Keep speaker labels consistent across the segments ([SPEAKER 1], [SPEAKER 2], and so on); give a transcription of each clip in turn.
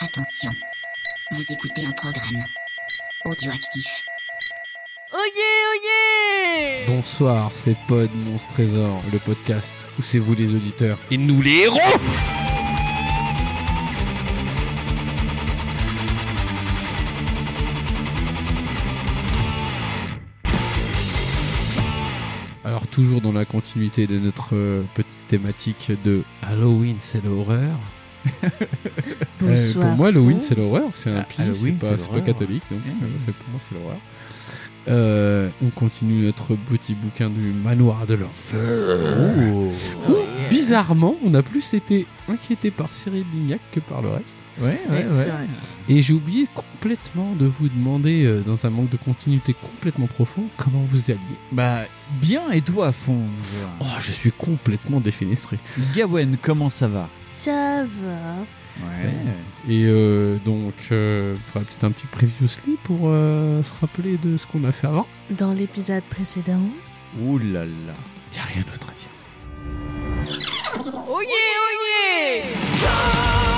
[SPEAKER 1] Attention, vous écoutez un programme audioactif.
[SPEAKER 2] Oh yeah, oh yeah
[SPEAKER 3] Bonsoir, c'est Pod Monstre Trésor, le podcast où c'est vous les auditeurs et nous les héros Alors toujours dans la continuité de notre euh, petite thématique de Halloween c'est l'horreur. Euh, pour moi Halloween c'est l'horreur, c'est un
[SPEAKER 4] Ah,
[SPEAKER 3] pire, c'est
[SPEAKER 4] Halloween,
[SPEAKER 3] pas,
[SPEAKER 4] c'est
[SPEAKER 3] c'est pas
[SPEAKER 4] l'horreur.
[SPEAKER 3] catholique donc
[SPEAKER 4] Mmh.
[SPEAKER 3] euh, c'est pour moi c'est l'horreur. Euh, on continue notre petit bouquin du manoir de l'enfer. Ouh, Oh, Bizarrement, on a plus été inquiété par Cyril Lignac que par le reste.
[SPEAKER 4] Ouais,
[SPEAKER 2] Ouais,
[SPEAKER 4] ouais,
[SPEAKER 2] c'est
[SPEAKER 4] ouais.
[SPEAKER 2] vrai.
[SPEAKER 3] Et j'ai oublié complètement de vous demander, euh, dans un manque de continuité complètement profond, comment vous alliez.
[SPEAKER 4] Bah, bien et toi à fond. Nicolas.
[SPEAKER 3] Oh, je suis complètement défenestré.
[SPEAKER 4] Gawen, comment ça va
[SPEAKER 2] Ça va.
[SPEAKER 4] Ouais.
[SPEAKER 3] Et euh, donc, euh, on fera peut-être un petit previously pour euh, se rappeler de ce qu'on a fait avant.
[SPEAKER 2] Dans l'épisode précédent.
[SPEAKER 4] Ouh là là.
[SPEAKER 3] Il a rien d'autre à dire.
[SPEAKER 2] Oh yeah, oh yeah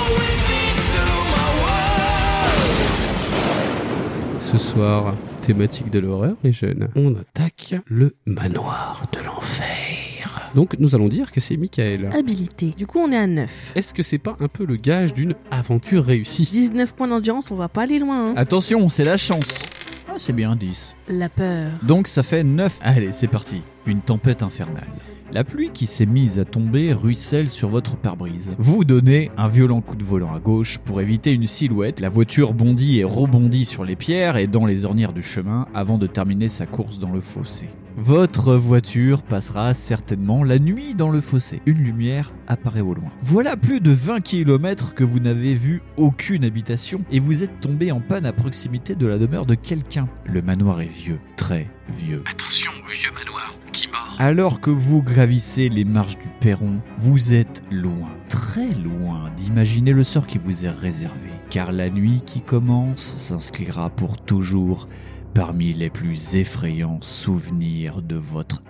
[SPEAKER 3] Ce soir, thématique de l'horreur, les jeunes. On attaque le manoir de l'enfer. Donc, nous allons dire que c'est Michael.
[SPEAKER 2] Habilité. Du coup, on est à 9.
[SPEAKER 3] Est-ce que c'est pas un peu le gage d'une aventure réussie
[SPEAKER 2] 19 points d'endurance, on va pas aller loin. hein.
[SPEAKER 4] Attention, c'est la chance. Ah, c'est bien 10.
[SPEAKER 2] La peur.
[SPEAKER 4] Donc ça fait 9. Allez, c'est parti. Une tempête infernale. La pluie qui s'est mise à tomber ruisselle sur votre pare-brise. Vous donnez un violent coup de volant à gauche pour éviter une silhouette. La voiture bondit et rebondit sur les pierres et dans les ornières du chemin avant de terminer sa course dans le fossé. Votre voiture passera certainement la nuit dans le fossé. Une lumière apparaît au loin. Voilà plus de 20 km que vous n'avez vu aucune habitation et vous êtes tombé en panne à proximité de la demeure de quelqu'un. Le manoir est vieux, très vieux.
[SPEAKER 3] Attention, vieux manoir, qui mord.
[SPEAKER 4] Alors que vous gravissez les marches du perron, vous êtes loin, très loin d'imaginer le sort qui vous est réservé, car la nuit qui commence s'inscrira pour toujours parmi les plus effrayants souvenirs de votre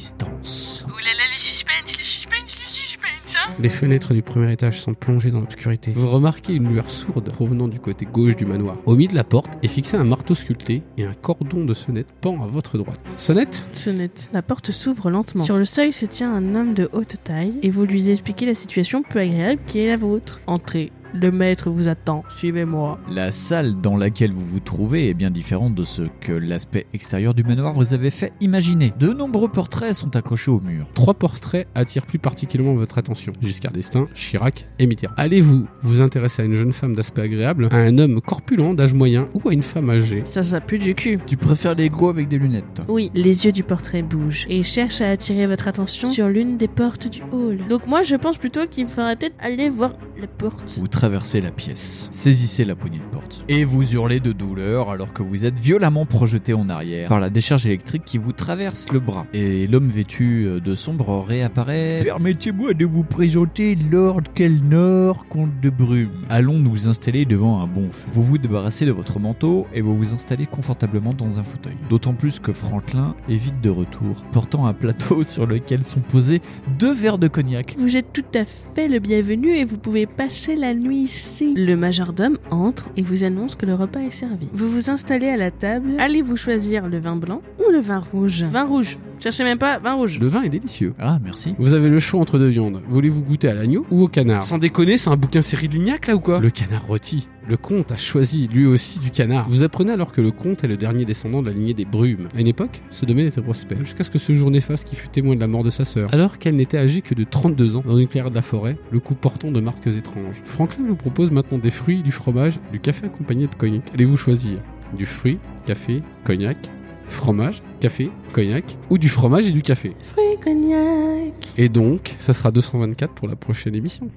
[SPEAKER 4] existence.
[SPEAKER 2] Ouh là là, le suspense, le suspense, le suspense, hein
[SPEAKER 5] Les fenêtres du premier étage sont plongées dans l'obscurité.
[SPEAKER 3] Vous remarquez une lueur sourde provenant du côté gauche du manoir. Au milieu de la porte est fixé un marteau sculpté et un cordon de sonnette pend à votre droite. Sonnette
[SPEAKER 2] Sonnette. La porte s'ouvre lentement. Sur le seuil se tient un homme de haute taille et vous lui expliquez la situation peu agréable qui est la vôtre. Entrez. Le maître vous attend. Suivez-moi.
[SPEAKER 4] La salle dans laquelle vous vous trouvez est bien différente de ce que l'aspect extérieur du manoir vous avait fait imaginer. De nombreux portraits sont accrochés au mur.
[SPEAKER 3] Trois portraits attirent plus particulièrement votre attention. Giscard d'Estaing, Chirac et Mitterrand. Allez-vous vous intéresser à une jeune femme d'aspect agréable, à un homme corpulent d'âge moyen ou à une femme âgée
[SPEAKER 2] Ça, ça pue du cul.
[SPEAKER 4] Tu préfères les gros avec des lunettes
[SPEAKER 2] Oui, les yeux du portrait bougent et cherchent à attirer votre attention sur l'une des portes du hall. Donc moi, je pense plutôt qu'il faudrait peut-être aller voir la porte.
[SPEAKER 4] Vous traversez la pièce, saisissez la poignée de porte et vous hurlez de douleur alors que vous êtes violemment projeté en arrière par la décharge électrique qui vous traverse le bras. Et l'homme vêtu euh, de sombre réapparaît. Permettez-moi de vous présenter Lord Kelnor, comte de Brume. Allons nous installer devant un bon feu. Vous vous débarrassez de votre manteau et vous vous installez confortablement dans un fauteuil. D'autant plus que Franklin est vite de retour, portant un plateau sur lequel sont posés deux verres de cognac.
[SPEAKER 2] Vous êtes tout à fait le bienvenu et vous pouvez passer la nuit ici. Le majordome entre et vous annonce que le repas est servi. Vous vous installez à la table. Allez-vous choisir le vin blanc ou le vin rouge Vin rouge. Cherchez même pas, vin rouge.
[SPEAKER 3] Le vin est délicieux.
[SPEAKER 4] Ah, merci.
[SPEAKER 3] Vous avez le choix entre deux viandes. Voulez-vous goûter à l'agneau ou au canard Sans déconner, c'est un bouquin série de Lignac là ou quoi Le canard rôti. Le comte a choisi lui aussi du canard. Vous apprenez alors que le comte est le dernier descendant de la lignée des Brumes. À une époque, ce domaine était prospère. Jusqu'à ce que ce jour néfaste qui fut témoin de la mort de sa sœur. Alors qu'elle n'était âgée que de 32 ans, dans une clairière de la forêt, le coup portant de marques étranges. Franklin vous propose maintenant des fruits, du fromage, du café accompagné de cognac. Allez-vous choisir Du fruit, café, cognac fromage, café, cognac ou du fromage et du café.
[SPEAKER 2] Fruits cognac.
[SPEAKER 3] Et donc, ça sera 224 pour la prochaine émission.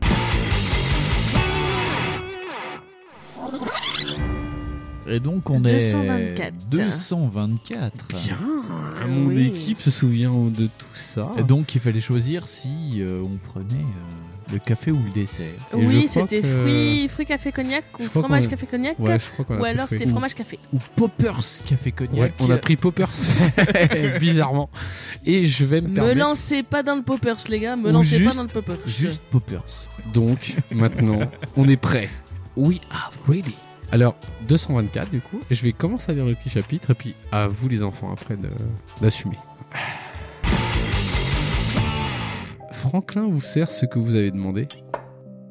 [SPEAKER 4] Et donc on
[SPEAKER 2] 224.
[SPEAKER 4] est 224.
[SPEAKER 2] Ah, mon Oui. équipe
[SPEAKER 3] se souvient de tout ça.
[SPEAKER 4] Et donc il fallait choisir si euh, on prenait euh, le café ou le dessert.
[SPEAKER 3] Et
[SPEAKER 2] oui,
[SPEAKER 3] je crois
[SPEAKER 2] c'était
[SPEAKER 3] que-
[SPEAKER 2] fruits, fruits café cognac ou
[SPEAKER 3] Je crois
[SPEAKER 2] fromage
[SPEAKER 3] qu'on a-
[SPEAKER 2] café cognac.
[SPEAKER 3] Ouais, je crois qu'on a
[SPEAKER 2] Ou
[SPEAKER 3] fait
[SPEAKER 2] alors
[SPEAKER 3] fruit.
[SPEAKER 2] c'était fromage café.
[SPEAKER 4] Ou Poppers café cognac.
[SPEAKER 3] Ouais, on a pris Poppers, bizarrement. Et je vais me
[SPEAKER 2] Me
[SPEAKER 3] permettre.
[SPEAKER 2] lancez pas dans le poppers, les gars. Me
[SPEAKER 3] Ou
[SPEAKER 2] lancez pas
[SPEAKER 3] juste-
[SPEAKER 2] dans le poppers.
[SPEAKER 4] Juste Poppers.
[SPEAKER 3] Donc, maintenant, on est prêt We are ready. Alors, 224 du coup, je vais commencer à lire le petit chapitre et puis à vous les enfants après de- d'assumer. Franklin vous sert ce que vous avez demandé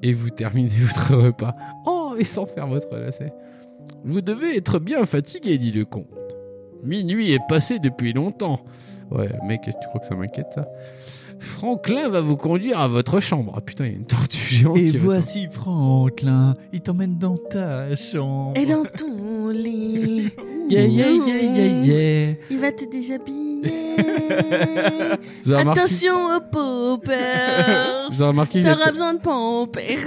[SPEAKER 3] et vous terminez votre repas. Oh, et sans faire votre lacet. Vous devez être bien fatigué, dit le comte. Minuit est passé depuis longtemps. Ouais, mec, est-ce que tu crois que ça m'inquiète ça Franklin va vous conduire à votre chambre. Ah putain, il y a une tortue géante.
[SPEAKER 4] Et
[SPEAKER 3] qui va-
[SPEAKER 4] voici Franklin, il t'emmène dans ta chambre.
[SPEAKER 2] Et dans ton lit,
[SPEAKER 3] Yeah, yeah, yeah, yeah, yeah.
[SPEAKER 2] il va te déshabiller.
[SPEAKER 3] Vous avez remarqué-
[SPEAKER 2] Attention aux poppers.
[SPEAKER 3] Vous avez remarqué, la
[SPEAKER 2] T'auras besoin de pampers.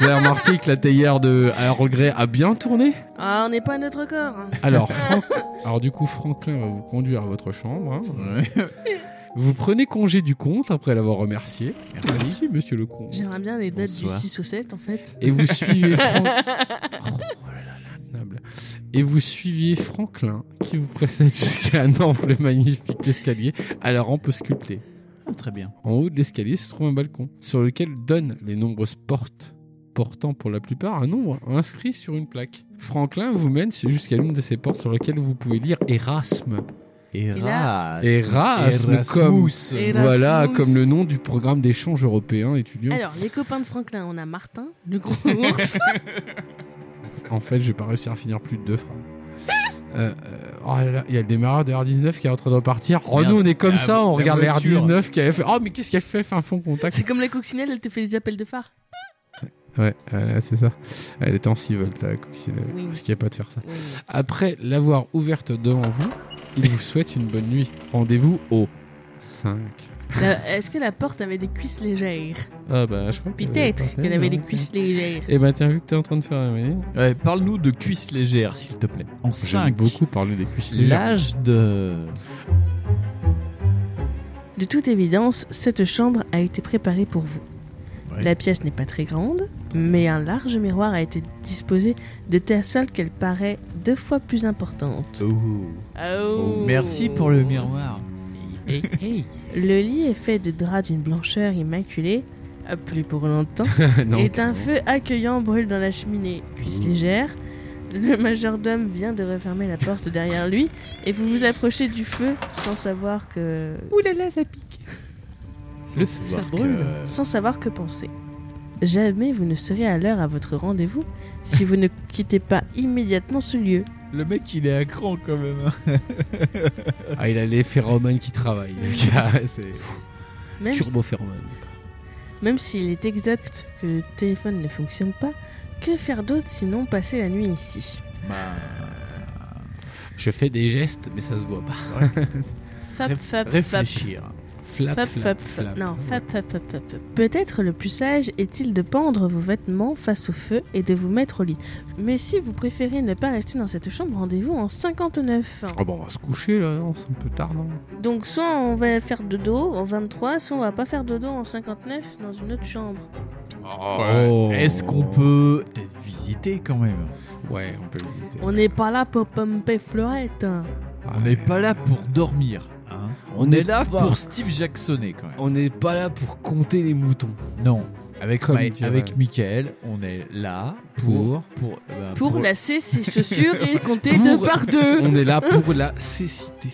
[SPEAKER 3] vous avez remarqué que la théière de Earl Grey a bien tourné
[SPEAKER 2] Ah, on n'est pas notre corps.
[SPEAKER 3] Alors, Fran- Alors du coup, Franklin va vous conduire à votre chambre. hein.
[SPEAKER 4] Ouais.
[SPEAKER 3] Vous prenez congé du comte après l'avoir remercié. Merci, monsieur le comte.
[SPEAKER 2] J'aimerais bien les dates
[SPEAKER 4] Bonsoir.
[SPEAKER 2] du 6 au 7, en fait.
[SPEAKER 3] Et vous suivez Fran- Oh là là, l'avenable. Et vous suiviez Franklin qui vous précède jusqu'à un ample magnifique escalier à la rampe sculptée.
[SPEAKER 4] Ah, Très bien.
[SPEAKER 3] En haut de l'escalier se trouve un balcon sur lequel donnent les nombreuses portes, portant pour la plupart un nombre inscrit sur une plaque. Franklin vous mène jusqu'à l'une de ces portes sur laquelle vous pouvez lire Erasme.
[SPEAKER 4] Erasmus.
[SPEAKER 3] Erasme, comme
[SPEAKER 2] Erasmus.
[SPEAKER 3] voilà comme le nom du programme d'échange européen étudiant.
[SPEAKER 2] Alors, les copains de Franklin, on a Martin, le gros ours.
[SPEAKER 3] En fait, j'ai pas réussi à finir plus de deux phrases. Euh, euh, oh là là, il y a le démarreur de R19 qui est en train de repartir. Oh,
[SPEAKER 4] Merde.
[SPEAKER 3] nous, on est comme
[SPEAKER 4] La-
[SPEAKER 3] ça, on
[SPEAKER 4] la
[SPEAKER 3] regarde les
[SPEAKER 4] voiture.
[SPEAKER 3] R19 qui avait fait. Oh, mais qu'est-ce qu'elle fait Fin fond contact.
[SPEAKER 2] C'est comme la coccinelle, elle te fait des appels de phare.
[SPEAKER 3] Ouais, euh, c'est ça. Elle était en 6 volts, la coccinelle.
[SPEAKER 2] Oui.
[SPEAKER 3] euh, Parce qu'il n'y a pas de faire ça. Après l'avoir ouverte devant vous, il vous souhaite une bonne nuit. Rendez-vous au 5.
[SPEAKER 2] La- Est-ce que la porte avait des cuisses légères
[SPEAKER 3] Ah bah je crois que
[SPEAKER 2] Peut-être qu'elle avait des cuisses légères.
[SPEAKER 3] Et bah hein. tiens, vu que t'es en train de faire un voyez,
[SPEAKER 4] Ouais, Parle-nous de cuisses légères, s'il te plaît.
[SPEAKER 3] j'aime
[SPEAKER 4] En 5.
[SPEAKER 3] beaucoup parler des cuisses légères.
[SPEAKER 4] L'âge de.
[SPEAKER 2] De toute évidence, cette chambre a été préparée pour vous.
[SPEAKER 4] Ouais.
[SPEAKER 2] La pièce n'est pas très grande, mais un large miroir a été disposé de telle sorte qu'elle paraît deux fois plus importante.
[SPEAKER 4] Oh. Merci pour le miroir.
[SPEAKER 3] Hey, hey.
[SPEAKER 2] Le lit est fait de draps d'une blancheur immaculée, à plus pour longtemps,
[SPEAKER 3] Non,
[SPEAKER 2] et un feu accueillant brûle dans la cheminée. Cuisse
[SPEAKER 3] Mmh.
[SPEAKER 2] légère, le majordome vient de refermer la porte derrière lui, et vous vous approchez du feu sans savoir que...
[SPEAKER 3] Le
[SPEAKER 4] Sans
[SPEAKER 3] savoir
[SPEAKER 4] savoir
[SPEAKER 3] brûle.
[SPEAKER 4] que-
[SPEAKER 2] sans savoir que penser. Jamais vous ne serez à l'heure à votre rendez-vous si vous ne quittez pas immédiatement ce lieu.
[SPEAKER 4] Le mec, il est à cran quand même. hein.
[SPEAKER 3] Ah, il a les phéromones qui travaillent. le gars, c'est
[SPEAKER 2] Même,
[SPEAKER 3] turbo phéromone.
[SPEAKER 2] même s'il est exact que le téléphone ne fonctionne pas, que faire d'autre sinon passer la nuit ici
[SPEAKER 4] Bah,
[SPEAKER 3] Je fais des gestes, mais ça se voit pas.
[SPEAKER 2] Fap,
[SPEAKER 4] Réf-
[SPEAKER 2] fap, fap.
[SPEAKER 4] réfléchir.
[SPEAKER 3] Flap,
[SPEAKER 2] Fap, fap,
[SPEAKER 3] flap,
[SPEAKER 2] fap.
[SPEAKER 3] flap.
[SPEAKER 2] Non, fap, fap, fap, fap, fap. Peut-être le plus sage est-il de pendre vos vêtements face au feu et de vous mettre au lit. Mais si vous préférez ne pas rester dans cette chambre, rendez-vous en 59.
[SPEAKER 3] Ah bon, on va se coucher là, non c'est un peu tard, non
[SPEAKER 2] Donc soit on va faire dodo en 23, soit on va pas faire dodo en 59 dans une autre chambre.
[SPEAKER 3] Oh.
[SPEAKER 4] Est-ce qu'on peut peut-être visiter quand même
[SPEAKER 3] Ouais, on peut visiter.
[SPEAKER 2] On n'est pas là pour pomper fleurette. hein.
[SPEAKER 4] On n'est
[SPEAKER 3] Ah,
[SPEAKER 4] pas là pour dormir. hein.
[SPEAKER 3] On
[SPEAKER 4] On,
[SPEAKER 3] n'est
[SPEAKER 4] est là
[SPEAKER 3] pas-
[SPEAKER 4] pour Steve Jacksonner quand même.
[SPEAKER 3] On n'est pas là pour compter les moutons.
[SPEAKER 4] Non. Avec,
[SPEAKER 3] Comme
[SPEAKER 4] Ma-
[SPEAKER 3] dirait-
[SPEAKER 4] avec Michael, on est là pour.
[SPEAKER 3] Pour.
[SPEAKER 4] Pour, bah,
[SPEAKER 2] Pour,
[SPEAKER 4] pour-
[SPEAKER 2] lasser ses chaussures et compter
[SPEAKER 3] Pour-
[SPEAKER 2] deux par deux.
[SPEAKER 3] On est là pour la cécité.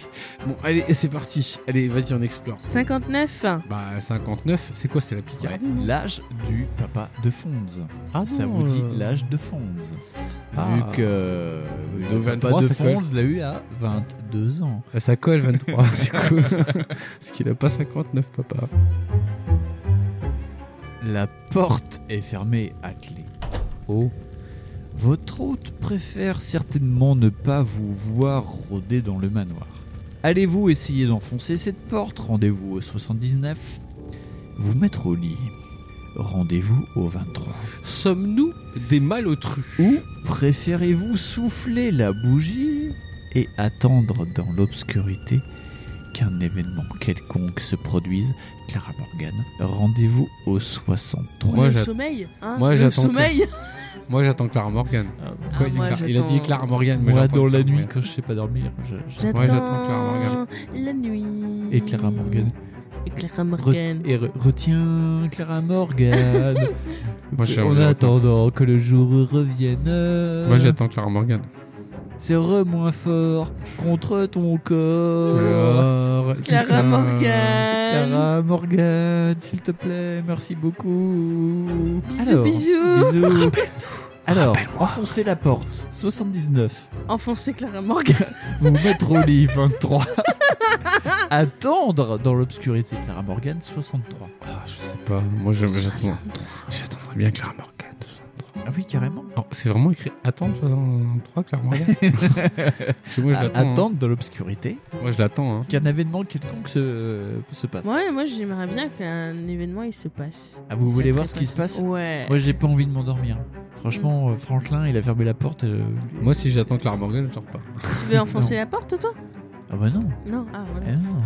[SPEAKER 3] Bon, allez, et c'est parti. Allez, vas-y, on explore.
[SPEAKER 2] 59.
[SPEAKER 3] Bah, 59, c'est quoi C'est la
[SPEAKER 4] Ouais,
[SPEAKER 3] Picardie non
[SPEAKER 4] L'âge du papa de Fonz.
[SPEAKER 3] Ah
[SPEAKER 4] Ça
[SPEAKER 3] non,
[SPEAKER 4] vous dit
[SPEAKER 3] euh,
[SPEAKER 4] l'âge de Fonz.
[SPEAKER 3] Ah.
[SPEAKER 4] Vu que euh,
[SPEAKER 3] De
[SPEAKER 4] le
[SPEAKER 3] 23,
[SPEAKER 4] papa de
[SPEAKER 3] ça colle.
[SPEAKER 4] Fonz l'a eu à 22 ans.
[SPEAKER 3] bah, Ça colle 23, du coup. Parce qu'il a pas 59, papa.
[SPEAKER 4] La porte est fermée à clé. Oh. Votre hôte préfère certainement ne pas vous voir rôder dans le manoir. Allez-vous essayer d'enfoncer cette porte Rendez-vous au 79. Vous mettre au lit. Rendez-vous au 23.
[SPEAKER 3] Sommes-nous des malotrus
[SPEAKER 4] Ou préférez-vous souffler la bougie et attendre dans l'obscurité qu'un événement quelconque se produise Clara Morgan, rendez-vous au 63.
[SPEAKER 3] Moi,
[SPEAKER 2] le
[SPEAKER 3] j'att-
[SPEAKER 2] sommeil. hein,
[SPEAKER 3] moi,
[SPEAKER 2] le
[SPEAKER 3] j'attends que-
[SPEAKER 2] sommeil.
[SPEAKER 3] Moi, j'attends Clara Morgan. Quoi, il, dit
[SPEAKER 2] Ah, moi,
[SPEAKER 3] Clara- il a dit
[SPEAKER 2] j'attends-
[SPEAKER 3] Clara Morgan, mais
[SPEAKER 4] Moi,
[SPEAKER 3] j'entends
[SPEAKER 4] dans la
[SPEAKER 3] Clara
[SPEAKER 4] nuit,
[SPEAKER 3] Morgan.
[SPEAKER 4] quand je sais pas dormir, je- je-
[SPEAKER 3] J'attends Clara Morgan.
[SPEAKER 2] la nuit.
[SPEAKER 4] et Clara Morgan.
[SPEAKER 2] Et Clara Morgan.
[SPEAKER 4] et re- retiens Clara Morgan.
[SPEAKER 3] Moi, je-
[SPEAKER 4] en attendant que le jour revienne.
[SPEAKER 3] Moi, j'attends Clara Morgan.
[SPEAKER 4] C'est re moins fort contre ton Oh. corps.
[SPEAKER 3] Alors,
[SPEAKER 2] Clara
[SPEAKER 3] Clara-
[SPEAKER 2] Morgan.
[SPEAKER 4] Clara Morgan, s'il te plaît, merci beaucoup.
[SPEAKER 2] Bisous, bisous.
[SPEAKER 4] bisous. Alors, enfoncez la porte. 79.
[SPEAKER 2] Enfoncer Clara Morgan.
[SPEAKER 4] Vous mettre au lit 23. Attendre dans l'obscurité Clara Morgan 63.
[SPEAKER 3] Ah, je sais pas. Moi, je- j'attends.
[SPEAKER 2] 63.
[SPEAKER 3] J'attendrais bien Clara Morgan.
[SPEAKER 4] Ah oui, carrément.
[SPEAKER 3] Oh, c'est vraiment écrit attendre 63, Clara Morgan. Parce que moi, je
[SPEAKER 4] À-
[SPEAKER 3] l'attends. hein.
[SPEAKER 4] Attendre dans l'obscurité
[SPEAKER 3] Moi, je l'attends. hein.
[SPEAKER 4] qu'un événement quelconque se, se passe.
[SPEAKER 2] Ouais, moi j'aimerais bien qu'un événement il se passe.
[SPEAKER 4] Ah, vous
[SPEAKER 2] Ça
[SPEAKER 4] voulez
[SPEAKER 2] me
[SPEAKER 4] voir
[SPEAKER 2] ferait
[SPEAKER 4] ce qui se passe
[SPEAKER 2] Ouais.
[SPEAKER 4] Moi, j'ai pas envie de m'endormir. Franchement, euh, Franklin, il a fermé la porte. euh,
[SPEAKER 3] Moi, si j'attends Clara Morgan, je dors pas.
[SPEAKER 2] Tu veux enfoncer la porte toi
[SPEAKER 4] Ah bah non.
[SPEAKER 2] Non. Ah voilà.
[SPEAKER 4] Ah non.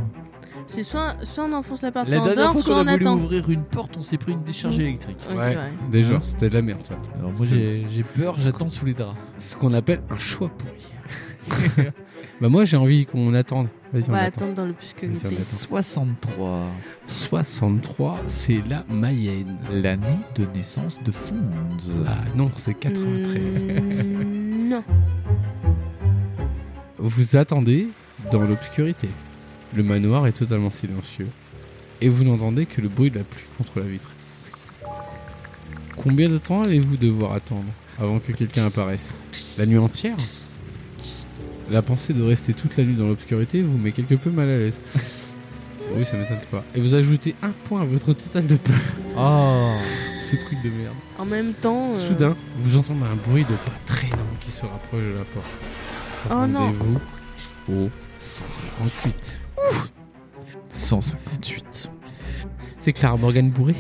[SPEAKER 2] C'est soit, soit on enfonce la porte,
[SPEAKER 4] La
[SPEAKER 2] soit on
[SPEAKER 4] dernière
[SPEAKER 2] dort,
[SPEAKER 4] fois
[SPEAKER 2] soit
[SPEAKER 4] qu'on
[SPEAKER 2] on
[SPEAKER 4] a voulu
[SPEAKER 2] attend. Mm.
[SPEAKER 4] ouvrir une porte, on s'est pris une décharge électrique.
[SPEAKER 2] Ouais, c'est vrai.
[SPEAKER 3] Déjà,
[SPEAKER 4] Hein
[SPEAKER 3] c'était de la merde, ça.
[SPEAKER 4] Alors moi,
[SPEAKER 3] C'est-
[SPEAKER 4] j'ai j'ai peur, j'attends sous les draps.
[SPEAKER 3] C'est ce qu'on appelle un choix pourri. bah, moi, j'ai envie qu'on attende. Vas-y,
[SPEAKER 2] On
[SPEAKER 3] on
[SPEAKER 2] va
[SPEAKER 3] attend.
[SPEAKER 2] attendre dans
[SPEAKER 3] Ça
[SPEAKER 2] l'obscurité.
[SPEAKER 3] va attends.
[SPEAKER 4] 63.
[SPEAKER 3] 63, c'est la Mayenne.
[SPEAKER 4] L'année de naissance de Fonds.
[SPEAKER 3] Ah non, c'est
[SPEAKER 2] Hmm.
[SPEAKER 3] 93.
[SPEAKER 2] Mm, non.
[SPEAKER 3] Vous attendez dans l'obscurité. Le manoir est totalement silencieux. Et vous n'entendez que le bruit de la pluie contre la vitre. Combien de temps allez-vous devoir attendre avant que quelqu'un apparaisse La nuit entière La pensée de rester toute la nuit dans l'obscurité vous met quelque peu mal à l'aise. Oui, ça m'étonne pas. Et vous ajoutez un point à votre total de peur. Ah.
[SPEAKER 4] Oh.
[SPEAKER 3] Ces trucs de merde.
[SPEAKER 2] En même temps. euh,
[SPEAKER 3] Soudain, vous entendez un bruit de pas traînant qui se rapproche de la porte.
[SPEAKER 2] Oh non.
[SPEAKER 3] Rendez-vous au 158.
[SPEAKER 4] 158.
[SPEAKER 3] C'est Clara Morgan bourré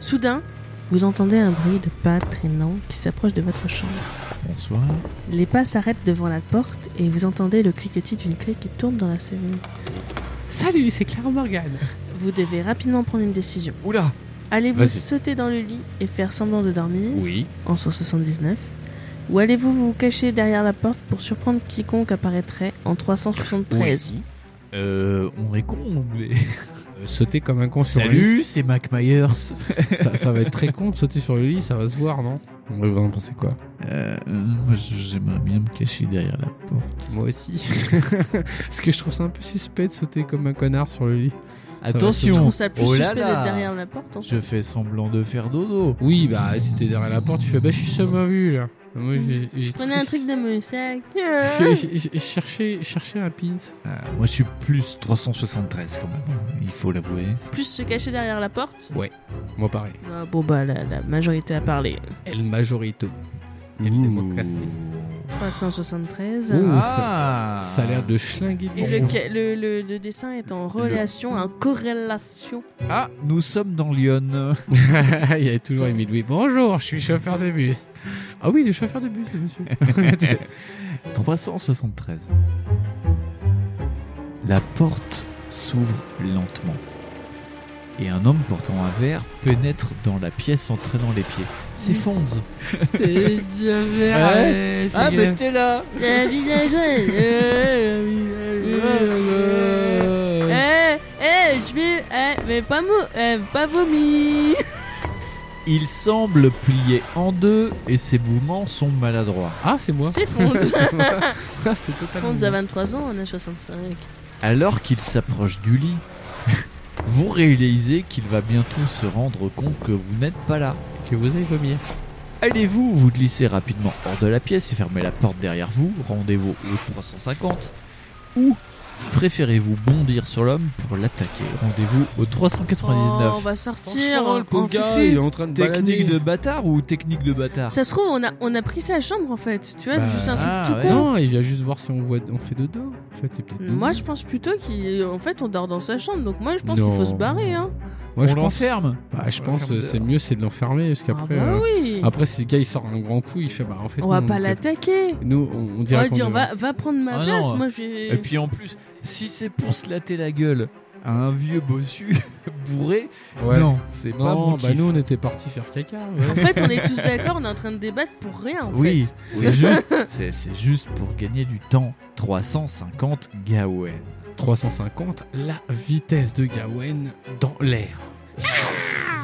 [SPEAKER 2] Soudain, vous entendez un bruit de pas traînant qui s'approche de votre chambre.
[SPEAKER 4] Bonsoir.
[SPEAKER 2] Les pas s'arrêtent devant la porte et vous entendez le cliquetis d'une clé qui tourne dans la serrure.
[SPEAKER 5] Salut, c'est Clara Morgan.
[SPEAKER 2] Vous devez rapidement prendre une décision.
[SPEAKER 4] Oula.
[SPEAKER 2] Allez-vous
[SPEAKER 3] Vas-y.
[SPEAKER 2] sauter dans le lit et faire semblant de dormir
[SPEAKER 3] Oui.
[SPEAKER 2] en 179 Ou allez-vous vous cacher derrière la porte pour surprendre quiconque apparaîtrait en 373
[SPEAKER 4] Euh, on est con, mais...
[SPEAKER 3] sauter Euh, comme un con sur le
[SPEAKER 4] Salut,
[SPEAKER 3] lit.
[SPEAKER 4] c'est Mac Myers.
[SPEAKER 3] ça, ça va être très con de sauter sur le lit, ça va se voir, non Ouais, Vous en pensez quoi
[SPEAKER 4] Euh, euh, moi, je- j'aimerais bien me cacher derrière la porte.
[SPEAKER 3] Moi aussi. Parce que je trouve ça un peu suspect de sauter comme un connard sur le lit. va
[SPEAKER 4] Attention.
[SPEAKER 3] se-
[SPEAKER 2] On ça plus
[SPEAKER 4] Oh là
[SPEAKER 2] suspect d'être
[SPEAKER 4] là.
[SPEAKER 2] derrière la porte. hein. en fait.
[SPEAKER 4] Je fais semblant de faire dodo.
[SPEAKER 3] Oui, bah si t'es derrière la porte, tu fais bah je suis seulement vu là. Moi j'ai. j'ai
[SPEAKER 2] Prenez un truc de mon sac. Ah.
[SPEAKER 3] J'ai- j'ai- j'ai- Cherchez cherchez un pins.
[SPEAKER 4] Euh, moi, je suis plus 373 quand même. hein, Il faut l'avouer.
[SPEAKER 2] Plus se cacher derrière la porte.
[SPEAKER 3] Moi pareil.
[SPEAKER 2] Ah, bon bah la, la majorité a parlé.
[SPEAKER 3] El Majorito.
[SPEAKER 4] Ouh.
[SPEAKER 2] 373.
[SPEAKER 3] Ouh.
[SPEAKER 4] Ah.
[SPEAKER 3] Ça a l'air de schlinguer.
[SPEAKER 2] Et
[SPEAKER 3] le
[SPEAKER 2] le,
[SPEAKER 3] monde.
[SPEAKER 2] ca- le, le- le dessin est en relation, en corrélation.
[SPEAKER 4] Ah, nous sommes dans Lyon.
[SPEAKER 3] Il y a toujours Émile Louis. Bonjour, je suis chauffeur de bus. Ah oui, il est chauffeur de bus, le monsieur.
[SPEAKER 4] 373. La porte s'ouvre lentement. Et un homme portant un verre pénètre dans la pièce en traînant les pieds. C'est Fonds.
[SPEAKER 3] C'est
[SPEAKER 4] Ouais. Ah, mais t'es là
[SPEAKER 2] La vie est joyeuse. Euh, la vie est joyeuse. Eh, eh, je vais, eh, mais pas mou, eh, pas vomi.
[SPEAKER 4] Il semble plier en deux et ses mouvements sont maladroits.
[SPEAKER 3] Ah, c'est moi.
[SPEAKER 2] C'est Fonz.
[SPEAKER 3] Ah, c'est totalement.
[SPEAKER 2] Fonz
[SPEAKER 3] moi.
[SPEAKER 2] a 23 ans, on a 65.
[SPEAKER 4] Alors qu'il s'approche du lit, vous réalisez qu'il va bientôt se rendre compte que vous n'êtes pas là.
[SPEAKER 3] Que vous avez vomi.
[SPEAKER 4] Allez-vous vous glisser rapidement hors de la pièce et fermer la porte derrière vous Rendez-vous au 350 Ou préférez-vous bondir sur l'homme pour l'attaquer Rendez-vous au
[SPEAKER 2] Oh,
[SPEAKER 4] 399.
[SPEAKER 2] on va hein. Oh, sortir.
[SPEAKER 4] Franchement,
[SPEAKER 2] en-
[SPEAKER 4] le pauvre
[SPEAKER 2] en
[SPEAKER 4] gars,
[SPEAKER 2] fufu.
[SPEAKER 4] il
[SPEAKER 3] est en train de
[SPEAKER 4] Technique de bâtard ou technique de bâtard
[SPEAKER 2] Ça se trouve, on a, on a pris sa chambre en fait. Tu vois,
[SPEAKER 3] Bah,
[SPEAKER 2] juste un truc
[SPEAKER 4] ah,
[SPEAKER 2] tout
[SPEAKER 4] ouais.
[SPEAKER 2] con.
[SPEAKER 3] Non, il vient juste voir si on voit, on fait dodo. En fait, c'est peut-être. dodo.
[SPEAKER 2] Moi, je pense plutôt qu'en fait, on dort dans sa chambre. Donc, moi, je pense qu'il
[SPEAKER 3] Non.
[SPEAKER 2] faut se barrer. Hein.
[SPEAKER 3] Moi,
[SPEAKER 4] On
[SPEAKER 3] je pense.
[SPEAKER 4] l'enferme
[SPEAKER 3] Bah, je
[SPEAKER 4] On
[SPEAKER 3] pense,
[SPEAKER 4] l'enferme
[SPEAKER 3] euh, c'est mieux, c'est de l'enfermer, parce qu'après,
[SPEAKER 2] ah, bah
[SPEAKER 3] euh,
[SPEAKER 2] oui.
[SPEAKER 3] après, si le gars il sort un grand coup, il fait bah en fait.
[SPEAKER 2] on va
[SPEAKER 3] non,
[SPEAKER 2] pas
[SPEAKER 3] on-
[SPEAKER 2] l'attaquer.
[SPEAKER 3] Nous, on, on
[SPEAKER 2] On
[SPEAKER 3] dirait
[SPEAKER 2] va
[SPEAKER 3] qu'on
[SPEAKER 2] dire,
[SPEAKER 3] est-
[SPEAKER 2] va, va prendre ma
[SPEAKER 4] Ah
[SPEAKER 2] place.
[SPEAKER 4] non.
[SPEAKER 2] Moi, je vais.
[SPEAKER 4] Et puis en plus, si c'est pour se latter la gueule à un vieux bossu bourré,
[SPEAKER 3] Ouais.
[SPEAKER 4] non, c'est pas
[SPEAKER 3] Non,
[SPEAKER 4] mon
[SPEAKER 3] bah
[SPEAKER 4] kiff.
[SPEAKER 3] nous on était partis faire caca.
[SPEAKER 2] En
[SPEAKER 3] Ouais.
[SPEAKER 2] fait, on est tous d'accord, on est en train de débattre pour rien. En
[SPEAKER 4] euh, Oui,
[SPEAKER 2] fait.
[SPEAKER 4] c'est juste, c'est- c'est juste pour gagner du temps. 350 Gawen.
[SPEAKER 3] 350 la vitesse de Gawain dans l'air.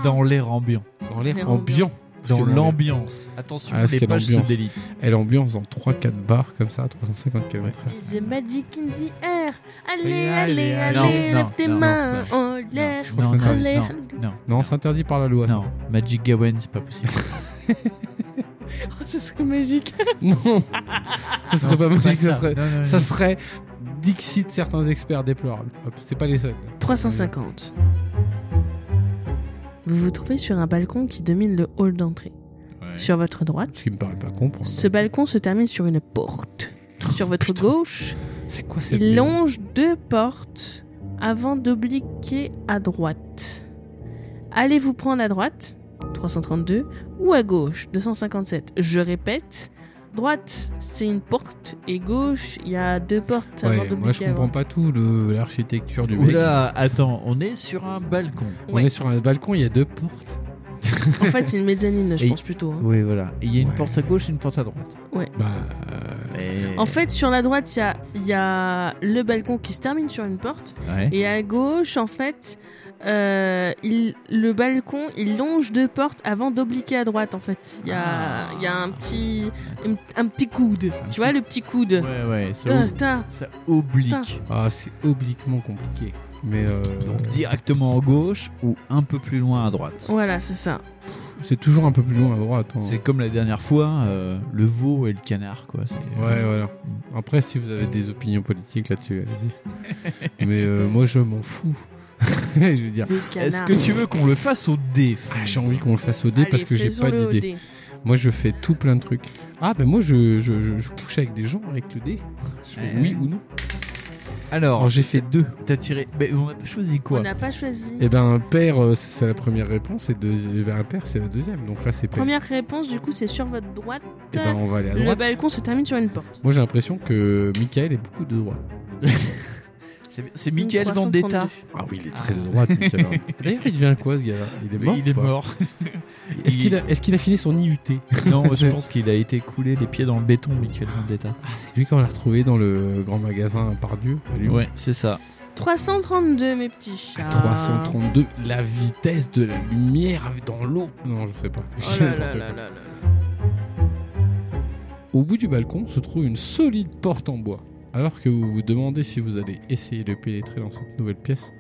[SPEAKER 4] Dans l'air ambiant.
[SPEAKER 3] Dans l'air
[SPEAKER 2] L'air
[SPEAKER 3] ambiant. Parce que
[SPEAKER 4] Dans
[SPEAKER 3] l'air-
[SPEAKER 4] l'ambiance. Attention,
[SPEAKER 3] Ah, est-ce
[SPEAKER 4] les
[SPEAKER 3] qu'il y a
[SPEAKER 4] pages se
[SPEAKER 3] l'ambiance
[SPEAKER 4] délitent.
[SPEAKER 3] Et l'ambiance dans 3-4 bars comme ça à 350 km.
[SPEAKER 2] The magic in the air. Allez,
[SPEAKER 3] Et
[SPEAKER 2] allez,
[SPEAKER 3] allez,
[SPEAKER 2] allez,
[SPEAKER 4] allez. Non,
[SPEAKER 2] lève tes
[SPEAKER 4] non, non,
[SPEAKER 2] mains
[SPEAKER 3] c'est-
[SPEAKER 2] en l'air.
[SPEAKER 3] crois que
[SPEAKER 4] non,
[SPEAKER 3] ça
[SPEAKER 4] non,
[SPEAKER 2] t'intéresse.
[SPEAKER 4] non, non,
[SPEAKER 3] Non, c'est interdit par la loi. ça. Ah,
[SPEAKER 4] non. Magic Gawain, c'est pas possible.
[SPEAKER 2] Oh, ce serait magique.
[SPEAKER 3] Non. ça serait pas magique, ça serait,
[SPEAKER 4] Non, non, non.
[SPEAKER 3] ça serait Dixit, certains experts déplorable. Hop, c'est pas les seuls.
[SPEAKER 2] 350. Vous vous trouvez sur un balcon qui domine le hall d'entrée.
[SPEAKER 4] Ouais.
[SPEAKER 2] Sur votre droite,
[SPEAKER 3] Ce qui me paraît pas con pour un-
[SPEAKER 2] ce balcon se termine sur une porte. Sur votre
[SPEAKER 3] Putain.
[SPEAKER 2] gauche,
[SPEAKER 3] C'est quoi cette
[SPEAKER 2] il
[SPEAKER 3] maison
[SPEAKER 2] longe deux portes avant d'obliquer à droite. Allez-vous prendre à droite, 332, ou à gauche, 257 Je répète, droite, c'est une porte, et gauche, il y a deux portes
[SPEAKER 3] Ouais,
[SPEAKER 2] avant
[SPEAKER 3] moi je
[SPEAKER 2] d'obliquer à
[SPEAKER 3] comprends
[SPEAKER 2] droite.
[SPEAKER 3] pas tout le- l'architecture du mec.
[SPEAKER 4] Oula, attends, on est sur un balcon.
[SPEAKER 3] On
[SPEAKER 2] Ouais.
[SPEAKER 3] est sur un balcon, il y a deux portes.
[SPEAKER 2] En fait, c'est une mezzanine, je
[SPEAKER 4] Et-
[SPEAKER 2] pense plutôt. hein.
[SPEAKER 4] Oui, voilà. Et il y a une
[SPEAKER 3] Ouais.
[SPEAKER 4] porte à gauche et une porte à droite.
[SPEAKER 3] Bah, euh,
[SPEAKER 4] Et-
[SPEAKER 2] En fait, sur la droite, il y a, il y a le balcon qui se termine sur une porte.
[SPEAKER 4] Ouais.
[SPEAKER 2] Et à gauche, en fait, euh, il, le balcon, il longe deux portes avant d'obliquer à droite, en fait. Il y a,
[SPEAKER 4] Ah.
[SPEAKER 2] il y a un, petit, un, un petit coude. tu
[SPEAKER 4] petit-
[SPEAKER 2] vois, le petit coude.
[SPEAKER 4] Ouais, ouais, ça,
[SPEAKER 2] Putain.
[SPEAKER 4] obli- ça- ça oblique.
[SPEAKER 2] Putain.
[SPEAKER 3] ah, c'est obliquement compliqué. Mais euh,
[SPEAKER 4] Donc directement en gauche ou un peu plus loin à droite.
[SPEAKER 2] Voilà, c'est ça.
[SPEAKER 3] c'est toujours un peu plus loin à droite.
[SPEAKER 2] Oh.
[SPEAKER 3] hein.
[SPEAKER 4] C'est comme la dernière fois, euh, le veau et le canard, quoi. c'est-
[SPEAKER 3] Ouais, voilà. Après, si vous avez des opinions politiques là-dessus, allez-y. Mais euh, moi, je m'en fous. je veux dire,
[SPEAKER 2] Le
[SPEAKER 4] Est-ce
[SPEAKER 2] canard.
[SPEAKER 4] que tu veux qu'on le fasse au dé
[SPEAKER 3] ah,
[SPEAKER 4] Franz
[SPEAKER 3] j'ai envie qu'on le fasse au dé
[SPEAKER 2] Allez,
[SPEAKER 3] parce que j'ai pas
[SPEAKER 2] faisons-le au
[SPEAKER 3] d'idée.
[SPEAKER 2] dé.
[SPEAKER 3] Moi, je fais tout plein de trucs. Ah, ben moi, je, je, je- je couche avec des gens avec le dé. Je fais
[SPEAKER 2] Eh.
[SPEAKER 4] Euh,
[SPEAKER 3] oui ou non.
[SPEAKER 4] Alors,
[SPEAKER 3] Alors, Oh, j'ai fait deux.
[SPEAKER 4] t'as tiré. Mais on a choisi
[SPEAKER 2] On
[SPEAKER 4] quoi
[SPEAKER 2] n'a pas choisi.
[SPEAKER 3] Eh ben, un père, euh, c'est la première réponse, et deuxi- eh ben, un père, c'est la deuxième. Donc là, c'est père.
[SPEAKER 2] Première réponse, du coup, c'est sur votre droite.
[SPEAKER 3] Eh ben, on va aller à
[SPEAKER 2] le
[SPEAKER 3] droite.
[SPEAKER 2] balcon se termine sur une porte.
[SPEAKER 3] Moi, j'ai l'impression que Michael est beaucoup de droite.
[SPEAKER 4] C'est c'est Michael Vendetta.
[SPEAKER 2] 1332.
[SPEAKER 3] Ah oui, il est
[SPEAKER 4] très
[SPEAKER 3] très
[SPEAKER 4] de
[SPEAKER 3] de droite, Michael. D'ailleurs, il devient quoi, ce gars-là Il est mort
[SPEAKER 4] il est
[SPEAKER 3] ou pas
[SPEAKER 4] mort.
[SPEAKER 3] Est-ce
[SPEAKER 4] Il-
[SPEAKER 3] qu'il a, est-ce qu'il a fini son IUT
[SPEAKER 4] non, je pense qu'il a été coulé les pieds dans le béton, Michael Vendetta.
[SPEAKER 3] Ah, c'est lui qu'on l'a retrouvé dans le grand magasin Pardieu à Lyon.
[SPEAKER 4] Ouais, c'est ça.
[SPEAKER 2] 332, mes petits chats.
[SPEAKER 3] À 332, la vitesse de la lumière dans l'eau. Non, je sais pas. Je
[SPEAKER 2] Oh
[SPEAKER 3] dis
[SPEAKER 2] là là
[SPEAKER 3] n'importe
[SPEAKER 2] là
[SPEAKER 3] quoi.
[SPEAKER 2] là là.
[SPEAKER 3] Au bout du balcon se trouve une solide porte en bois. Alors que vous vous demandez si vous allez essayer de pénétrer dans cette nouvelle pièce,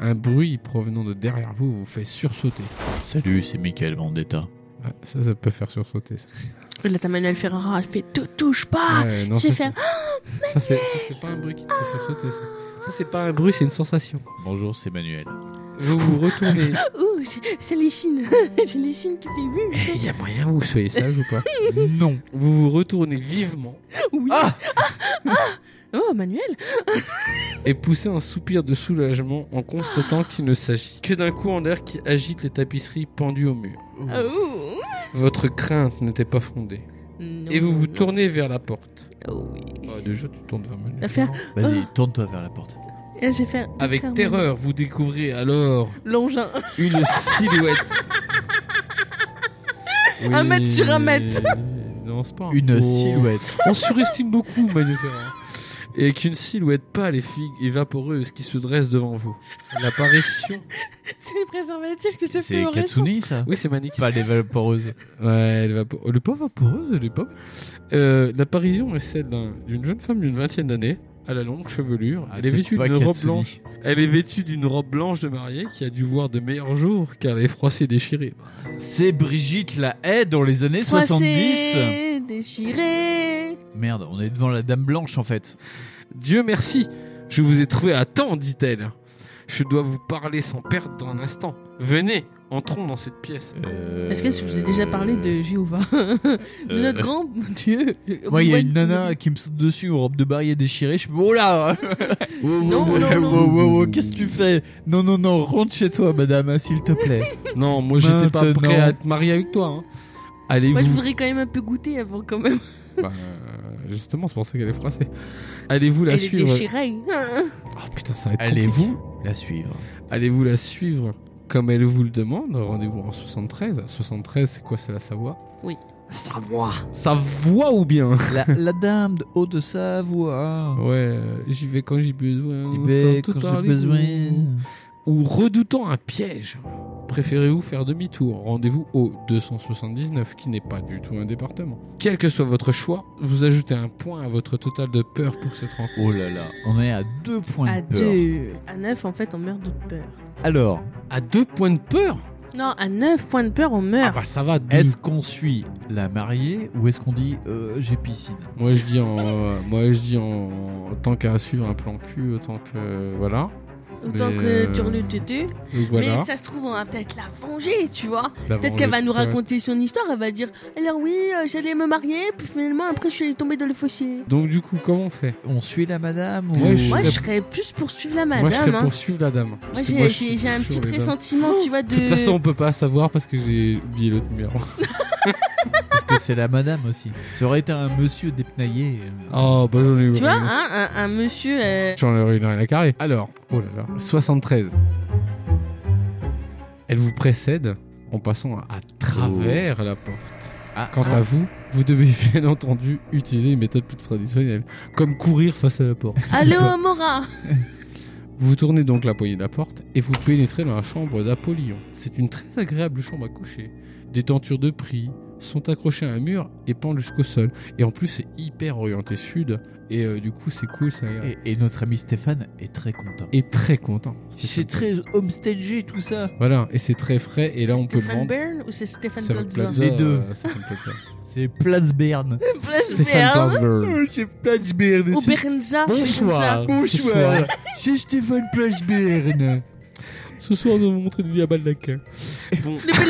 [SPEAKER 3] un bruit provenant de derrière vous vous fait sursauter.
[SPEAKER 4] Salut, c'est Michael Vendetta.
[SPEAKER 3] Ah, ça, ça peut faire sursauter. Ça.
[SPEAKER 2] Et Là, ta Manuel Ferrara, elle fait te touche pas.
[SPEAKER 3] Ouais, non,
[SPEAKER 2] Ah, j'ai
[SPEAKER 3] ça,
[SPEAKER 2] fait
[SPEAKER 3] c'est- ça, c'est, ça, c'est pas un bruit qui te fait sursauter. Ça, ça c'est pas un bruit, c'est une sensation.
[SPEAKER 4] Bonjour, c'est Manuel.
[SPEAKER 2] Oh.
[SPEAKER 3] Vous vous retournez.
[SPEAKER 2] Ouh, c'est- c'est l'échine. c'est l'échine qui fait oui.
[SPEAKER 3] Il y a moyen que vous soyez sage ou pas
[SPEAKER 4] non.
[SPEAKER 3] Vous vous retournez vivement
[SPEAKER 2] oui.
[SPEAKER 4] Ah
[SPEAKER 2] Oh, Manuel.
[SPEAKER 3] et poussez un soupir de soulagement en constatant qu'il ne s'agit que d'un courant d'air qui agite les tapisseries pendues au mur.
[SPEAKER 4] Ah.
[SPEAKER 2] Oh.
[SPEAKER 3] Votre crainte n'était pas fondée.
[SPEAKER 2] Non,
[SPEAKER 3] Et vous vous
[SPEAKER 2] non.
[SPEAKER 3] tournez vers la porte.
[SPEAKER 2] Oh, oui.
[SPEAKER 3] Ah, déjà, tu tournes vers Manuel.
[SPEAKER 2] L'affaire-
[SPEAKER 4] Vas-y, tourne-toi vers la porte.
[SPEAKER 2] Et là, j'ai fait.
[SPEAKER 3] Avec terreur, vous découvrez alors
[SPEAKER 2] L'engin.
[SPEAKER 3] une silhouette.
[SPEAKER 2] Un mètre sur un mètre.
[SPEAKER 3] Non, c'est pas
[SPEAKER 2] Oh.
[SPEAKER 3] un
[SPEAKER 4] Une
[SPEAKER 3] gros.
[SPEAKER 4] silhouette.
[SPEAKER 3] On surestime beaucoup Manu Ferrara. Et qu'une silhouette pâle et figue et vaporeuse qui se dresse devant vous. L'apparition.
[SPEAKER 2] C'est les préservatifs que tu fais
[SPEAKER 4] C'est
[SPEAKER 2] au récent.
[SPEAKER 4] Katsuni, ça
[SPEAKER 3] Oui, c'est Manix.
[SPEAKER 4] Pas les vaporeuses.
[SPEAKER 3] Ouais, elle, vapo- elle est pas vaporeuse, elle est pas. Euh, L'apparition est celle d'un- d'une jeune femme d'une vingtaine d'années. à la longue chevelure.
[SPEAKER 4] Ah,
[SPEAKER 3] elle est
[SPEAKER 4] c'est
[SPEAKER 3] vêtue
[SPEAKER 4] pas
[SPEAKER 3] d'une robe
[SPEAKER 4] Katsuni.
[SPEAKER 3] blanche. Elle est vêtue d'une robe blanche de mariée qui a dû voir de meilleurs jours car elle est froissée et déchirée.
[SPEAKER 4] C'est Brigitte la haie dans les années 70.
[SPEAKER 2] Froissé, déchiré.
[SPEAKER 4] Merde, on est devant la dame blanche en fait.
[SPEAKER 3] Dieu merci, je vous ai trouvé à temps, dit-elle. Je dois vous parler sans perdre un instant. Venez, entrons dans cette pièce.
[SPEAKER 2] Euh, Est-ce que je vous ai déjà parlé de Jéhovah De notre grand Dieu.
[SPEAKER 4] Euh, Moi, il y a une nana qui me saute dessus en robe de barrière déchirée. Je suis oh là
[SPEAKER 2] Non,
[SPEAKER 4] Wow,
[SPEAKER 2] non, non.
[SPEAKER 4] wow, wow, wow, Qu'est-ce que tu fais Non, non, non, rentre chez toi, madame, hein, s'il te plaît.
[SPEAKER 3] Non, moi j'étais pas
[SPEAKER 4] Maintenant.
[SPEAKER 3] prêt à te marier avec toi. hein.
[SPEAKER 2] Moi, je
[SPEAKER 3] Allez-vous.
[SPEAKER 4] oh.
[SPEAKER 2] voudrais quand même un peu goûter avant, quand même.
[SPEAKER 3] Bah, euh, justement, c'est pour ça qu'elle est froissée. Allez-vous la
[SPEAKER 2] Elle est
[SPEAKER 3] suivre
[SPEAKER 2] déchirée.
[SPEAKER 3] Ah putain, ça va être compliqué.
[SPEAKER 4] Allez-vous la suivre
[SPEAKER 3] Allez-vous la suivre comme elle vous le demande Rendez-vous en 73. 73, c'est quoi C'est la Savoie
[SPEAKER 2] Oui.
[SPEAKER 4] Sa voix.
[SPEAKER 3] Sa voix ou bien
[SPEAKER 4] La, la dame de haut de sa voix.
[SPEAKER 3] Ouais, euh, j'y vais quand j'ai besoin.
[SPEAKER 4] J'y vais
[SPEAKER 3] sans tout
[SPEAKER 4] quand j'ai
[SPEAKER 3] parler.
[SPEAKER 4] besoin.
[SPEAKER 3] Ou redoutant un piège. Préférez-vous faire demi-tour Rendez-vous au 279, qui n'est pas du tout un département. Quel que soit votre choix, vous ajoutez un point à votre total de peur pour cette rencontre.
[SPEAKER 4] Oh là là, on est à deux points
[SPEAKER 2] À
[SPEAKER 4] de peur.
[SPEAKER 2] deux. Ah, À 9, en fait, on meurt de peur.
[SPEAKER 4] Alors,
[SPEAKER 3] À deux points de peur
[SPEAKER 2] Non, à 9 points de peur, on
[SPEAKER 3] Ah
[SPEAKER 2] meurt.
[SPEAKER 3] bah ça va, deux.
[SPEAKER 4] est-ce qu'on suit la mariée ou est-ce qu'on dit euh, j'ai piscine
[SPEAKER 3] Moi je dis en, euh, moi je dis en tant qu'à suivre un plan cul, autant que euh, voilà.
[SPEAKER 4] Ah,
[SPEAKER 2] Autant
[SPEAKER 4] bah,
[SPEAKER 3] mais,
[SPEAKER 2] que
[SPEAKER 3] euh,
[SPEAKER 2] tu le tété.
[SPEAKER 3] Donc voilà.
[SPEAKER 2] Mais ça se trouve, on va peut-être la venger, tu vois.
[SPEAKER 3] D'avant,
[SPEAKER 2] Peut-être qu'elle
[SPEAKER 3] le- euh,
[SPEAKER 2] va nous
[SPEAKER 3] ouais.
[SPEAKER 2] raconter son histoire. Elle va dire Alors, oui, euh, j'allais me marier, puis finalement, après, je suis allée tomber dans le fossé.
[SPEAKER 3] Donc du coup, comment on fait
[SPEAKER 4] On suit la madame ou...
[SPEAKER 3] Moi, je-
[SPEAKER 2] Moi,
[SPEAKER 3] serais-
[SPEAKER 2] je serais plus poursuivre la
[SPEAKER 3] Moi je serais
[SPEAKER 2] madame. hein.
[SPEAKER 3] pour suivre la dame. Parce
[SPEAKER 2] Moi,
[SPEAKER 3] que
[SPEAKER 2] j'ai-
[SPEAKER 3] je
[SPEAKER 2] j'ai
[SPEAKER 3] suis
[SPEAKER 2] j'ai un
[SPEAKER 3] pour
[SPEAKER 2] petit
[SPEAKER 3] sur les dames.
[SPEAKER 2] pressentiment, tu vois, de.
[SPEAKER 3] De toute façon, on peut pas savoir parce que j'ai oublié l'autre numéro.
[SPEAKER 4] Parce que c'est la madame aussi. Ça aurait été un monsieur dépnaillé. euh.
[SPEAKER 3] Oh, bah j'en ai eu
[SPEAKER 2] Tu vois,
[SPEAKER 3] un.
[SPEAKER 2] hein, un, un monsieur. euh,
[SPEAKER 3] J'en ai eu une à la carré. Alors, oh là là, 73. Elle vous précède en passant à travers la porte.
[SPEAKER 4] Oh. Ah,
[SPEAKER 3] Quant à vous, vous devez bien entendu utiliser une méthode plus traditionnelle, comme courir face à la porte.
[SPEAKER 2] Allô, Mora
[SPEAKER 3] Vous tournez donc la poignée de la porte et vous pénétrez dans la chambre d'Apollyon. C'est une très agréable chambre à coucher. Des tentures de prix sont accrochées à un mur et pendent jusqu'au sol. Et en plus, c'est hyper orienté sud. Et euh, du coup, c'est cool, c'est agréable.
[SPEAKER 4] Et, et notre ami Stéphane est très content.
[SPEAKER 3] Et très content.
[SPEAKER 4] C'est très homestagé tout ça.
[SPEAKER 3] Voilà, et c'est très frais. Et là, on peut le
[SPEAKER 2] Stéphane
[SPEAKER 3] vendre.
[SPEAKER 2] Byrne ou c'est Stéphane
[SPEAKER 3] Stéphane
[SPEAKER 2] Goldstein
[SPEAKER 3] Plaza,
[SPEAKER 4] Les deux.
[SPEAKER 3] euh, Stéphane Plaza.
[SPEAKER 4] C'est Platzberne.
[SPEAKER 3] Stéphane Plaza.
[SPEAKER 4] Oh, c'est Platzberne.
[SPEAKER 2] Ou Bernza,
[SPEAKER 3] Bonsoir.
[SPEAKER 4] Bonsoir, c'est Stéphane Platzberne.
[SPEAKER 3] Ce soir, nous allons montrer de vie à Baldaquin.
[SPEAKER 2] Le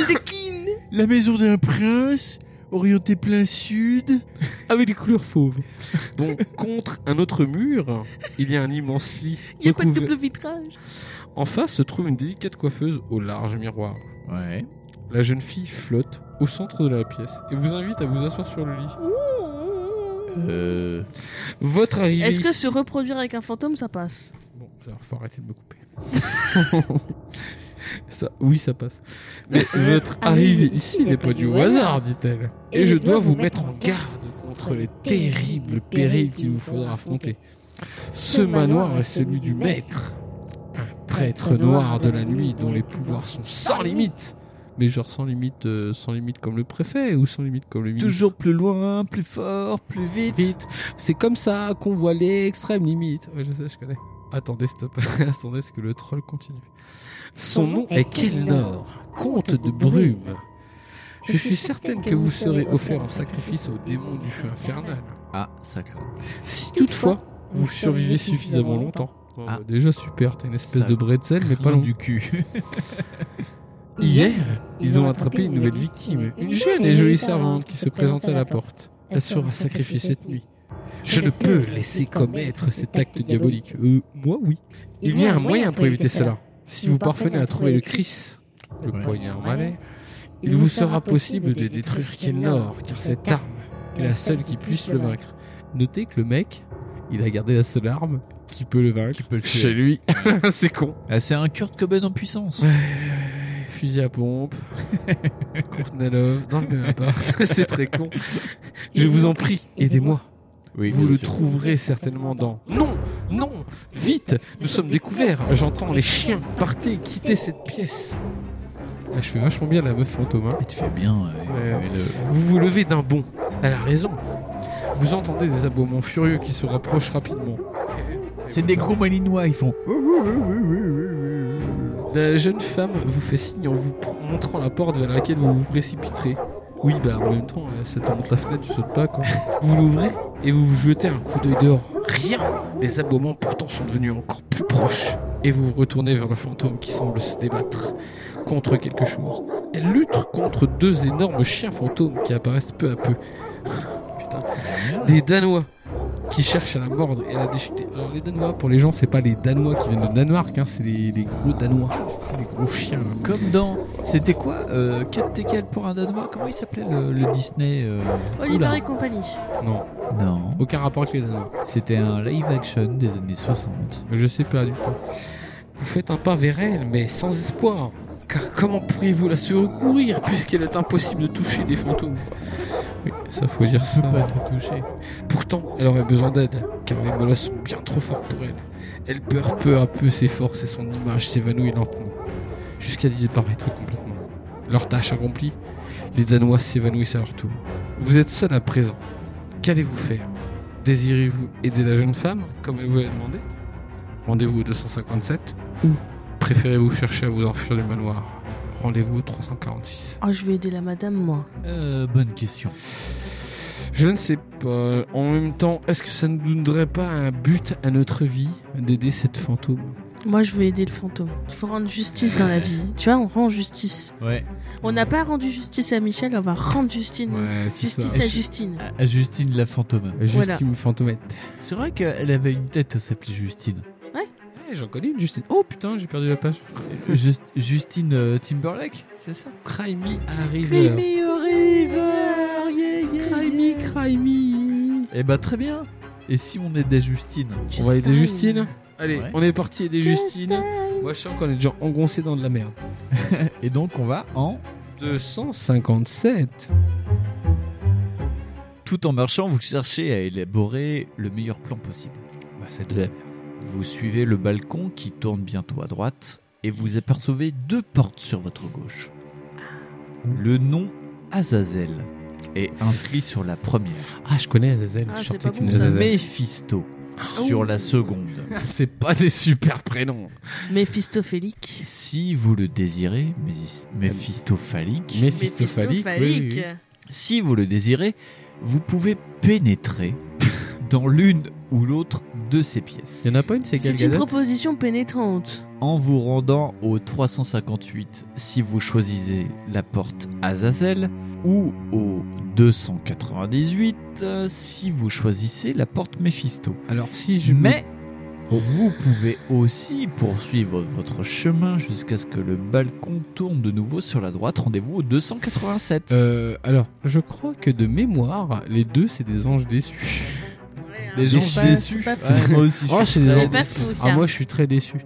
[SPEAKER 2] Beldekin
[SPEAKER 4] La maison d'un prince, orientée plein sud.
[SPEAKER 3] Avec des Ah couleurs fauves. Bon, contre un autre mur, il y a un immense lit.
[SPEAKER 2] Il n'y a pas de
[SPEAKER 3] recouvert-
[SPEAKER 2] double vitrage.
[SPEAKER 3] En face se trouve une délicate coiffeuse au large miroir.
[SPEAKER 4] Ouais.
[SPEAKER 3] La jeune fille flotte au centre de la pièce et vous invite à vous asseoir sur le lit.
[SPEAKER 4] Euh...
[SPEAKER 3] Votre arrivée.
[SPEAKER 2] Est-ce que
[SPEAKER 3] ici-
[SPEAKER 2] se reproduire avec un fantôme, ça passe
[SPEAKER 3] Bon, alors faut arrêter de me couper. ça, oui, ça passe. Mais votre arrivée ici n'est pas du au hasard, dit-elle. Et je dois vous mettre en garde contre les terribles périls qu'il vous faudra affronter. Ce manoir est celui du maître, un prêtre noir de la nuit dont les pouvoirs sont sans limite. Mais genre sans limite, euh, sans limite comme le préfet ou sans limite comme le ministre.
[SPEAKER 4] Toujours plus loin, plus fort, plus vite.
[SPEAKER 3] Vite. C'est comme ça qu'on voit l'extrême limite. Ouais, je sais, je connais. Attendez, stop. Attendez, est-ce que le troll continue Son nom est Kelnor, comte de Brume. Je suis certaine que vous serez offert un sacrifice au démon du feu infernal.
[SPEAKER 4] Ah, ça craint.
[SPEAKER 3] Si toutefois, vous survivez suffisamment longtemps. Oh,
[SPEAKER 4] Ah. Mmh.
[SPEAKER 3] bah, Déjà super, t'es une espèce
[SPEAKER 4] Ça
[SPEAKER 3] de bretzel, mais pas long.
[SPEAKER 4] du cul.
[SPEAKER 3] Hier, ils ont attrapé une nouvelle victime, une jeune et jolie servante qui se présente à la porte. Elle sera sacrifiée cette nuit. Je ne peux laisser commettre cet acte diabolique. Euh, moi, oui. Il y a un moyen pour éviter cela. Si vous parvenez à trouver le Christ, le
[SPEAKER 4] Ouais.
[SPEAKER 3] poignard malais, il vous sera possible de détruire Kenor, car cette arme est la seule qui puisse le vaincre. Notez que le mec, il a gardé la seule arme qui peut le vaincre.
[SPEAKER 4] peut le tuer.
[SPEAKER 3] Chez lui, c'est con.
[SPEAKER 4] Ah, c'est un Kurt Cobain en puissance.
[SPEAKER 3] Ouais, Fusil à pompe, Courtenay-Love, dans le même appart, c'est très con. Je vous en prie, aidez-moi.
[SPEAKER 4] Oui,
[SPEAKER 3] Vous
[SPEAKER 4] bien
[SPEAKER 3] le
[SPEAKER 4] sûr.
[SPEAKER 3] trouverez certainement dans. Non, non, vite, nous sommes découverts. J'entends les chiens. Partez, quittez cette pièce. Là, je fais vachement bien la meuf fantôme. hein.
[SPEAKER 4] Il te fait bien. euh,
[SPEAKER 3] Ouais.
[SPEAKER 4] le-
[SPEAKER 3] Vous vous levez d'un bond. Elle a raison. Vous entendez des aboiements furieux qui se rapprochent rapidement.
[SPEAKER 4] C'est des gros malinois, ils font.
[SPEAKER 3] La jeune femme vous fait signe en vous pr- montrant la porte vers laquelle vous vous précipiterez. Oui, bah en même temps, euh, ça te monte la fenêtre, tu sautes pas quoi. Vous l'ouvrez et vous vous jetez un coup d'œil dehors. Rien Les aboiements pourtant sont devenus encore plus proches. Et vous vous retournez vers le fantôme qui semble se débattre contre quelque chose. Elle lutte contre deux énormes chiens fantômes qui apparaissent peu à peu. Putain. Des Danois qui cherchent à la mordre et à la déchiqueter. Alors les Danois, pour les gens, c'est pas les Danois qui viennent de Danemark, hein, c'est les, les gros Danois, C'est les gros chiens. là.
[SPEAKER 4] Comme dans. C'était quoi euh, 4 TKL pour un Danois Comment il s'appelait le, le Disney euh,
[SPEAKER 2] Oliver
[SPEAKER 3] Oula.
[SPEAKER 2] et compagnie.
[SPEAKER 3] Non,
[SPEAKER 4] Non.
[SPEAKER 3] aucun rapport avec les Danois.
[SPEAKER 4] C'était un live action des années 60.
[SPEAKER 3] Je sais pas du tout. Vous faites un pas vers elle, mais sans espoir.
[SPEAKER 6] Car comment pourriez-vous la secourir puisqu'il est impossible de toucher des fantômes Oui, ça faut dire ça.
[SPEAKER 5] pas te toucher.
[SPEAKER 6] Pourtant, elle aurait besoin d'aide, car les menaces sont bien trop fortes pour elle. Elle perd peu à peu ses forces et son image s'évanouit lentement, jusqu'à disparaître complètement. Leur tâche accomplie, les Danois s'évanouissent à leur tour. Vous êtes seul à présent. Qu'allez-vous faire Désirez-vous aider la jeune femme, comme elle vous l'a demandé Rendez-vous au 257 Ou préférez-vous chercher à vous enfuir du manoir Rendez-vous au 346.
[SPEAKER 2] Oh, je vais aider la madame, moi.
[SPEAKER 4] Euh, bonne question.
[SPEAKER 6] Je ne sais pas. En même temps, est-ce que ça ne nous donnerait pas un but à notre vie d'aider cette fantôme
[SPEAKER 2] Moi, je veux aider le fantôme. Il faut rendre justice dans la vie. Tu vois, on rend justice.
[SPEAKER 4] Ouais.
[SPEAKER 2] On n'a pas rendu justice à Michel, on va rendre Justine.
[SPEAKER 3] Ouais, c'est ça.
[SPEAKER 2] justice à Justine.
[SPEAKER 4] À- à Ah, Justine la fantôme.
[SPEAKER 6] Justine
[SPEAKER 2] Voilà.
[SPEAKER 6] Fantomette.
[SPEAKER 4] C'est vrai qu'elle avait une tête, elle s'appelait Justine.
[SPEAKER 6] Eh, J'en connais une, Justine. Oh putain, j'ai perdu la page.
[SPEAKER 4] Just- Justine euh, Timberlake, c'est ça
[SPEAKER 6] Cry me a river. Cry me, cry me.
[SPEAKER 4] Eh bah très bien. Et si on aidait Justine
[SPEAKER 6] On va aider Justine Allez,
[SPEAKER 4] Ouais.
[SPEAKER 6] on est parti aider Justine. Moi, je sens qu'on est déjà engoncé dans de la merde.
[SPEAKER 4] Et donc on va en
[SPEAKER 6] 257.
[SPEAKER 4] tout en marchant, vous cherchez à élaborer le meilleur plan possible.
[SPEAKER 6] Bah, c'est de la merde.
[SPEAKER 4] Vous suivez le balcon qui tourne bientôt à droite et vous apercevez deux portes sur votre gauche. Le nom Azazel est inscrit sur la première.
[SPEAKER 3] Ah, je connais Azazel.
[SPEAKER 2] Ah,
[SPEAKER 3] je
[SPEAKER 2] c'est
[SPEAKER 3] sortais
[SPEAKER 2] pas
[SPEAKER 3] avec une
[SPEAKER 2] bon, ça.
[SPEAKER 3] Azazel.
[SPEAKER 4] Mephisto sur la seconde.
[SPEAKER 3] C'est pas des super prénoms.
[SPEAKER 2] Méphistophélique.
[SPEAKER 4] Si vous le désirez, Mésis- Méphistophalique,
[SPEAKER 3] Méphistophalique. oui, oui, oui.
[SPEAKER 4] si vous le désirez, vous pouvez pénétrer dans l'une ou l'autre de ces pièces.
[SPEAKER 3] Il y en a pas une, c'est
[SPEAKER 2] C'est une
[SPEAKER 3] Galgadot
[SPEAKER 2] proposition pénétrante.
[SPEAKER 4] En vous rendant au 358 si vous choisissez la porte Azazel ou au 298 euh, si vous choisissez la porte Mephisto.
[SPEAKER 3] Alors si je me-
[SPEAKER 4] Mais vous pouvez aussi poursuivre votre chemin jusqu'à ce que le balcon tourne de nouveau sur la droite. Rendez-vous au 287.
[SPEAKER 3] Euh, alors, je crois que de mémoire, les deux, c'est des anges déçus.
[SPEAKER 4] Les gens sont déçus.
[SPEAKER 2] Pas fou.
[SPEAKER 4] Ouais, moi aussi, je
[SPEAKER 3] Oh,
[SPEAKER 4] suis
[SPEAKER 3] c'est des
[SPEAKER 4] très
[SPEAKER 3] gens-
[SPEAKER 2] C'est pas fou, ça.
[SPEAKER 3] Ah, moi, je suis très déçu.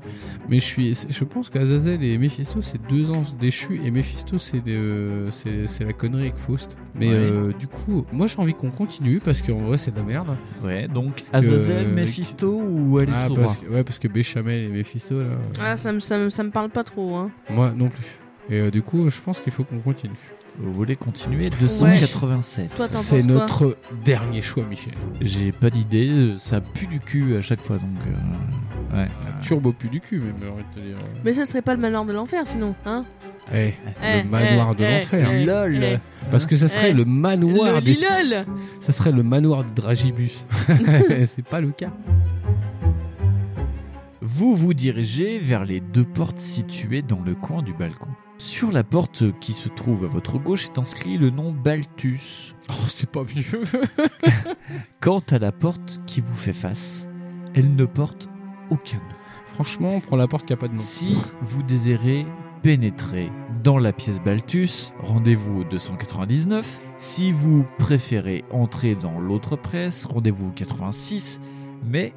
[SPEAKER 3] Mais je suis, je pense qu'Azazel et Mephisto, c'est deux anges déchus. Et Mephisto, c'est des- euh, c'est c'est la connerie avec Faust. Mais
[SPEAKER 4] Ouais.
[SPEAKER 3] euh, du coup, moi, j'ai envie qu'on continue parce qu'en vrai, c'est de la merde.
[SPEAKER 4] Ouais, donc
[SPEAKER 3] que-
[SPEAKER 4] Azazel, Mephisto ou elle
[SPEAKER 3] Ah,
[SPEAKER 4] est
[SPEAKER 3] parce que, ouais, parce que Béchamel et Mephisto, là. euh,
[SPEAKER 2] Ah, ça me, ça, me, ça me parle pas trop. Hein.
[SPEAKER 3] Moi non plus. Et euh, du coup, je pense qu'il faut qu'on continue.
[SPEAKER 4] Vous voulez continuer 287.
[SPEAKER 2] Toi, t'en
[SPEAKER 3] C'est
[SPEAKER 2] penses quoi
[SPEAKER 3] notre dernier choix, Michel.
[SPEAKER 4] J'ai pas d'idée, euh, ça pue du cul à chaque fois donc. euh, Ouais.
[SPEAKER 3] Un Turbo plus du cul, même, j'ai envie de te dire.
[SPEAKER 2] Mais ça serait pas le manoir de l'enfer sinon, hein
[SPEAKER 3] Eh,
[SPEAKER 2] Eh,
[SPEAKER 3] le manoir
[SPEAKER 2] eh,
[SPEAKER 3] de
[SPEAKER 2] eh,
[SPEAKER 3] l'enfer.
[SPEAKER 2] eh,
[SPEAKER 4] LOL.
[SPEAKER 2] eh.
[SPEAKER 3] Parce que ça serait
[SPEAKER 2] Eh,
[SPEAKER 3] le manoir
[SPEAKER 2] Loli
[SPEAKER 3] des.
[SPEAKER 2] lol.
[SPEAKER 3] Ça serait le manoir de Dragibus. c'est pas le cas.
[SPEAKER 4] Vous vous dirigez vers les deux portes situées dans le coin du balcon. Sur la porte qui se trouve à votre gauche est inscrit le nom Balthus.
[SPEAKER 3] Oh, c'est pas vieux.
[SPEAKER 4] Quant à la porte qui vous fait face, elle ne porte aucun nom.
[SPEAKER 3] Franchement, on prend la porte qui a pas de nom. Oh
[SPEAKER 4] Si vous désirez pénétrer dans la pièce Balthus, rendez-vous au 299. Si vous préférez entrer dans l'autre presse, rendez-vous au 86. Mais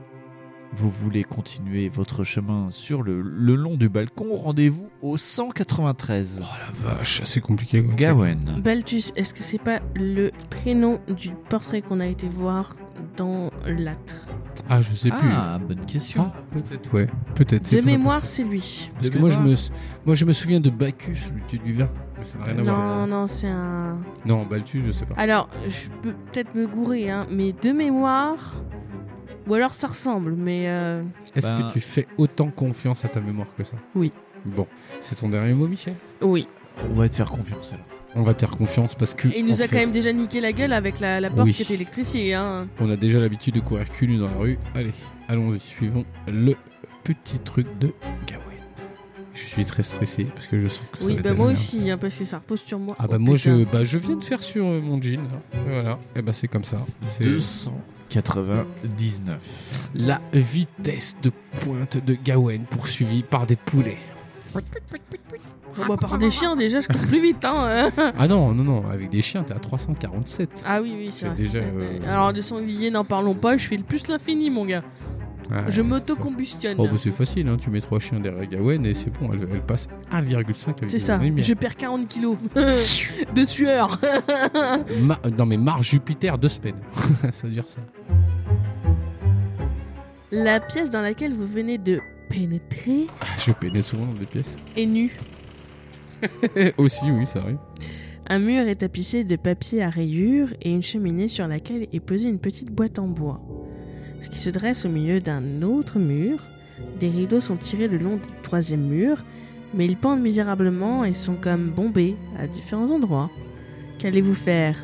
[SPEAKER 4] vous voulez continuer votre chemin sur le, le long du balcon, rendez-vous au 193.
[SPEAKER 3] la vache, c'est compliqué. quoi.
[SPEAKER 4] Gawen.
[SPEAKER 2] Balthus, est-ce que c'est pas le prénom du portrait qu'on a été voir dans l'âtre
[SPEAKER 3] Ah, je sais plus.
[SPEAKER 4] Ah, bonne question.
[SPEAKER 3] Ah, peut-être, ouais. Peut-être. c'est
[SPEAKER 2] De
[SPEAKER 3] pas
[SPEAKER 2] mémoire,
[SPEAKER 3] possible.
[SPEAKER 2] c'est lui.
[SPEAKER 3] Parce
[SPEAKER 4] de
[SPEAKER 3] que moi je,
[SPEAKER 4] mémoire.
[SPEAKER 3] me, moi, je me souviens de Bacchus, le dieu du vin. Mais ça n'a rien à voir.
[SPEAKER 2] Non, non, c'est un.
[SPEAKER 3] Non, Balthus, je sais pas.
[SPEAKER 2] Alors, je peux peut-être me gourer, hein, mais de mémoire. Ou alors ça ressemble, mais. euh,
[SPEAKER 3] Est-ce
[SPEAKER 4] Ben-
[SPEAKER 3] que tu fais autant confiance à ta mémoire que ça
[SPEAKER 2] Oui.
[SPEAKER 3] Bon, c'est ton dernier mot, Michel
[SPEAKER 2] Oui.
[SPEAKER 4] On va te faire confiance alors.
[SPEAKER 3] On va te faire confiance parce que.
[SPEAKER 2] Et il nous
[SPEAKER 3] en fait,
[SPEAKER 2] a quand même déjà niqué la gueule avec la, la porte
[SPEAKER 3] Oui.
[SPEAKER 2] qui était électrifiée, hein.
[SPEAKER 3] On a déjà l'habitude de courir cul nu dans la rue. Allez, allons-y, suivons le petit truc de Gawain. Je suis très stressé parce que je sens que ça
[SPEAKER 2] Oui,
[SPEAKER 3] va
[SPEAKER 2] bah
[SPEAKER 3] être
[SPEAKER 2] moi
[SPEAKER 3] la merde.
[SPEAKER 2] aussi, hein, parce que ça repose sur moi.
[SPEAKER 3] Ah
[SPEAKER 2] Oh,
[SPEAKER 3] bah moi
[SPEAKER 2] putain.
[SPEAKER 3] je, bah je viens de faire sur euh, mon jean. là. Et Voilà. Et bah c'est comme ça. C'est
[SPEAKER 4] 299.
[SPEAKER 3] la vitesse de pointe de Gawain poursuivie par des poulets.
[SPEAKER 2] Oh, bah, par des chiens, déjà, je cours plus vite, hein. euh.
[SPEAKER 3] Ah non, non, non, avec des chiens, t'es à 347.
[SPEAKER 2] Ah oui, oui, c'est
[SPEAKER 3] C'est
[SPEAKER 2] vrai.
[SPEAKER 3] déjà,
[SPEAKER 2] Ouais, ouais.
[SPEAKER 3] euh,
[SPEAKER 2] Alors, des sangliers, n'en parlons pas, je fais le plus l'infini, mon gars.
[SPEAKER 3] Ouais,
[SPEAKER 2] je
[SPEAKER 3] ça-
[SPEAKER 2] m'auto-combustionne.
[SPEAKER 3] Oh,
[SPEAKER 2] là.
[SPEAKER 3] bah c'est facile, hein. tu mets trois chiens derrière Gawen et c'est bon, elle, elle passe 1,5 avec
[SPEAKER 2] C'est ça, je perds 40 kilos de sueur.
[SPEAKER 3] Ma- Non, mais Mars Jupiter, deux semaines. ça veut dire ça.
[SPEAKER 2] La pièce dans laquelle vous venez de pénétrer
[SPEAKER 3] Je peinais souvent dans des pièces.
[SPEAKER 2] est nue.
[SPEAKER 3] Aussi, oui, ça arrive.
[SPEAKER 2] Un mur est tapissé de papier à rayures et une cheminée sur laquelle est posée une petite boîte en bois. Ce qui se dresse au milieu d'un autre mur. Des rideaux sont tirés le long du troisième mur, mais ils pendent misérablement et sont comme bombés à différents endroits. Qu'allez-vous faire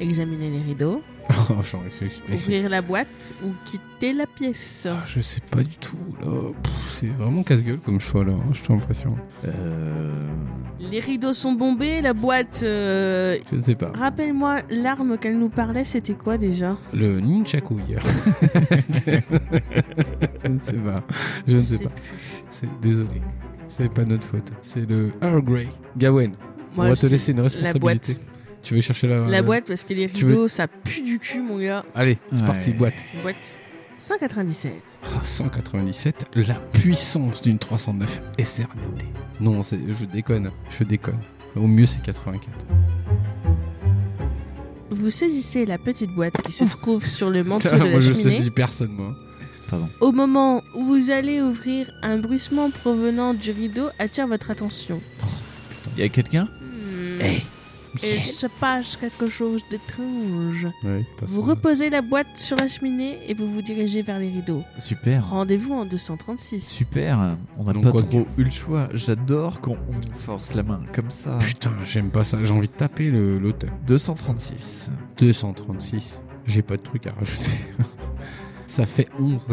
[SPEAKER 2] Examiner les rideaux,
[SPEAKER 3] Oh, j'en ai fait exprès.
[SPEAKER 2] ouvrir la boîte ou quitter la pièce
[SPEAKER 3] Ah, je sais pas du tout, là. Pff, C'est vraiment casse-gueule comme choix, là. hein, J'ai l'impression.
[SPEAKER 4] Euh...
[SPEAKER 2] Les rideaux sont bombés, la boîte... euh,
[SPEAKER 3] Je ne sais pas.
[SPEAKER 2] Rappelle-moi, l'arme qu'elle nous parlait, c'était quoi déjà
[SPEAKER 3] Le ninchaku hier. je ne sais pas. Je ne sais pas. C'est désolé. C'est pas notre faute. C'est le Earl Grey. Gawen,
[SPEAKER 2] Moi,
[SPEAKER 3] on va
[SPEAKER 2] je
[SPEAKER 3] te
[SPEAKER 2] dis
[SPEAKER 3] laisser une
[SPEAKER 2] la
[SPEAKER 3] responsabilité.
[SPEAKER 2] boîte.
[SPEAKER 3] Tu veux chercher la,
[SPEAKER 2] La boîte, parce que les
[SPEAKER 3] Tu veux-
[SPEAKER 2] rideaux, ça pue du cul, mon gars.
[SPEAKER 3] Allez, c'est
[SPEAKER 4] Ouais.
[SPEAKER 3] parti, boîte.
[SPEAKER 2] Boîte. 197.
[SPEAKER 3] Ah, 197, la puissance d'une 309 SRDT. Non, c'est- je déconne, je déconne. Au mieux, c'est 84.
[SPEAKER 2] Vous saisissez la petite boîte qui se trouve sur le manteau de
[SPEAKER 3] moi,
[SPEAKER 2] la
[SPEAKER 3] je
[SPEAKER 2] cheminée.
[SPEAKER 3] saisis personne, moi.
[SPEAKER 4] Pardon.
[SPEAKER 2] Au moment où vous allez ouvrir, un bruissement provenant du rideau attire votre attention.
[SPEAKER 4] Y a quelqu'un
[SPEAKER 2] Hmm. Et il se passe quelque chose d'étrange.
[SPEAKER 3] Ouais, pas
[SPEAKER 2] Vous
[SPEAKER 3] ça.
[SPEAKER 2] reposez la boîte sur la cheminée et vous vous dirigez vers les rideaux.
[SPEAKER 4] Super.
[SPEAKER 2] Rendez-vous en 236.
[SPEAKER 4] Super. On n'a
[SPEAKER 3] Donc,
[SPEAKER 4] pas
[SPEAKER 3] quoi
[SPEAKER 4] trop eu le choix. J'adore quand on nous force la main comme ça.
[SPEAKER 3] Ah. Putain, j'aime pas ça, j'ai envie de taper le- l'auteur.
[SPEAKER 4] 236.
[SPEAKER 3] 236, j'ai pas de truc à rajouter. ça fait 11.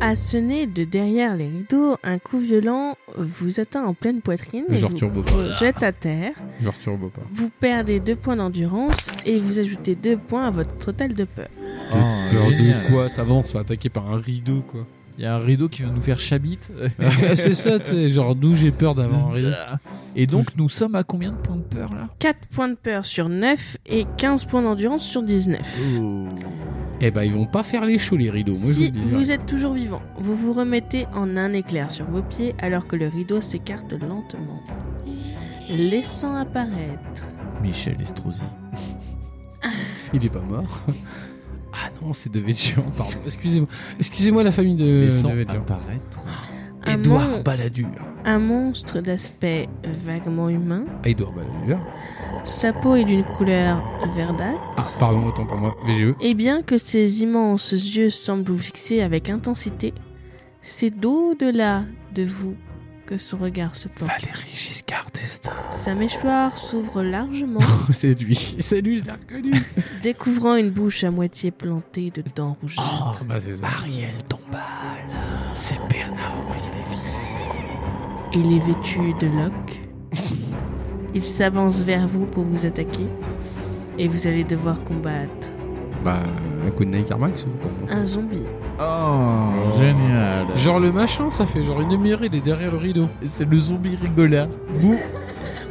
[SPEAKER 2] À sonner de derrière les rideaux, un coup violent vous atteint en pleine poitrine et
[SPEAKER 3] Genre
[SPEAKER 2] vous
[SPEAKER 3] turbo pas.
[SPEAKER 2] jette à terre.
[SPEAKER 3] Genre turbo pas.
[SPEAKER 2] Vous perdez deux points d'endurance et vous ajoutez deux points à votre total de peur.
[SPEAKER 3] De
[SPEAKER 4] Ah,
[SPEAKER 3] peur de quoi Ça va, on se fait attaquer par un rideau, quoi.
[SPEAKER 4] Il y a un rideau qui vient nous faire chabite.
[SPEAKER 3] c'est ça, tu sais, genre d'où j'ai peur d'avoir un rideau.
[SPEAKER 4] Et donc, nous sommes à combien de points de peur là
[SPEAKER 2] 4 points de peur sur 9 et 15 points d'endurance sur 19.
[SPEAKER 3] Eh ben, ils vont pas faire les shows, les rideaux. Moi, je
[SPEAKER 2] si
[SPEAKER 3] vous le dis.
[SPEAKER 2] vous êtes toujours vivant, vous vous remettez en un éclair sur vos pieds alors que le rideau s'écarte lentement, laissant apparaître
[SPEAKER 4] Michel Estrosi.
[SPEAKER 3] Il est pas mort. Ah non, c'est de Végean, pardon. Excusez-moi. Excusez-moi la famille de,
[SPEAKER 4] Laissant
[SPEAKER 3] de Végean.
[SPEAKER 4] apparaître.
[SPEAKER 3] Ah.
[SPEAKER 2] un, mon-
[SPEAKER 3] Balladur.
[SPEAKER 2] un monstre d'aspect vaguement humain.
[SPEAKER 3] Edouard Ah, Balladur.
[SPEAKER 2] Sa peau est d'une couleur verdâtre.
[SPEAKER 3] Ah, pardon, autant pour moi. E. VGE.
[SPEAKER 2] Et bien que ses immenses yeux semblent vous fixer avec intensité, c'est d'au-delà de vous que son regard se porte.
[SPEAKER 3] Valérie Giscard d'Estaing.
[SPEAKER 2] Sa mâchoire s'ouvre largement,
[SPEAKER 3] c'est lui. C'est lui, je l'ai reconnu.
[SPEAKER 2] découvrant une bouche à moitié plantée de dents rougeâtres.
[SPEAKER 3] bah, c'est ça.
[SPEAKER 5] Ariel Tombal. C'est Bernard Henri
[SPEAKER 2] Il est vêtu de loques. Il s'avance vers vous pour vous attaquer. Et vous allez devoir combattre
[SPEAKER 3] Bah, un coup de Nike Armax ou quoi
[SPEAKER 2] un zombie.
[SPEAKER 3] Oh,
[SPEAKER 4] Génial.
[SPEAKER 3] Genre le machin, ça fait genre une demi-heure, il est derrière le rideau.
[SPEAKER 4] C'est le zombie rigola. Bou.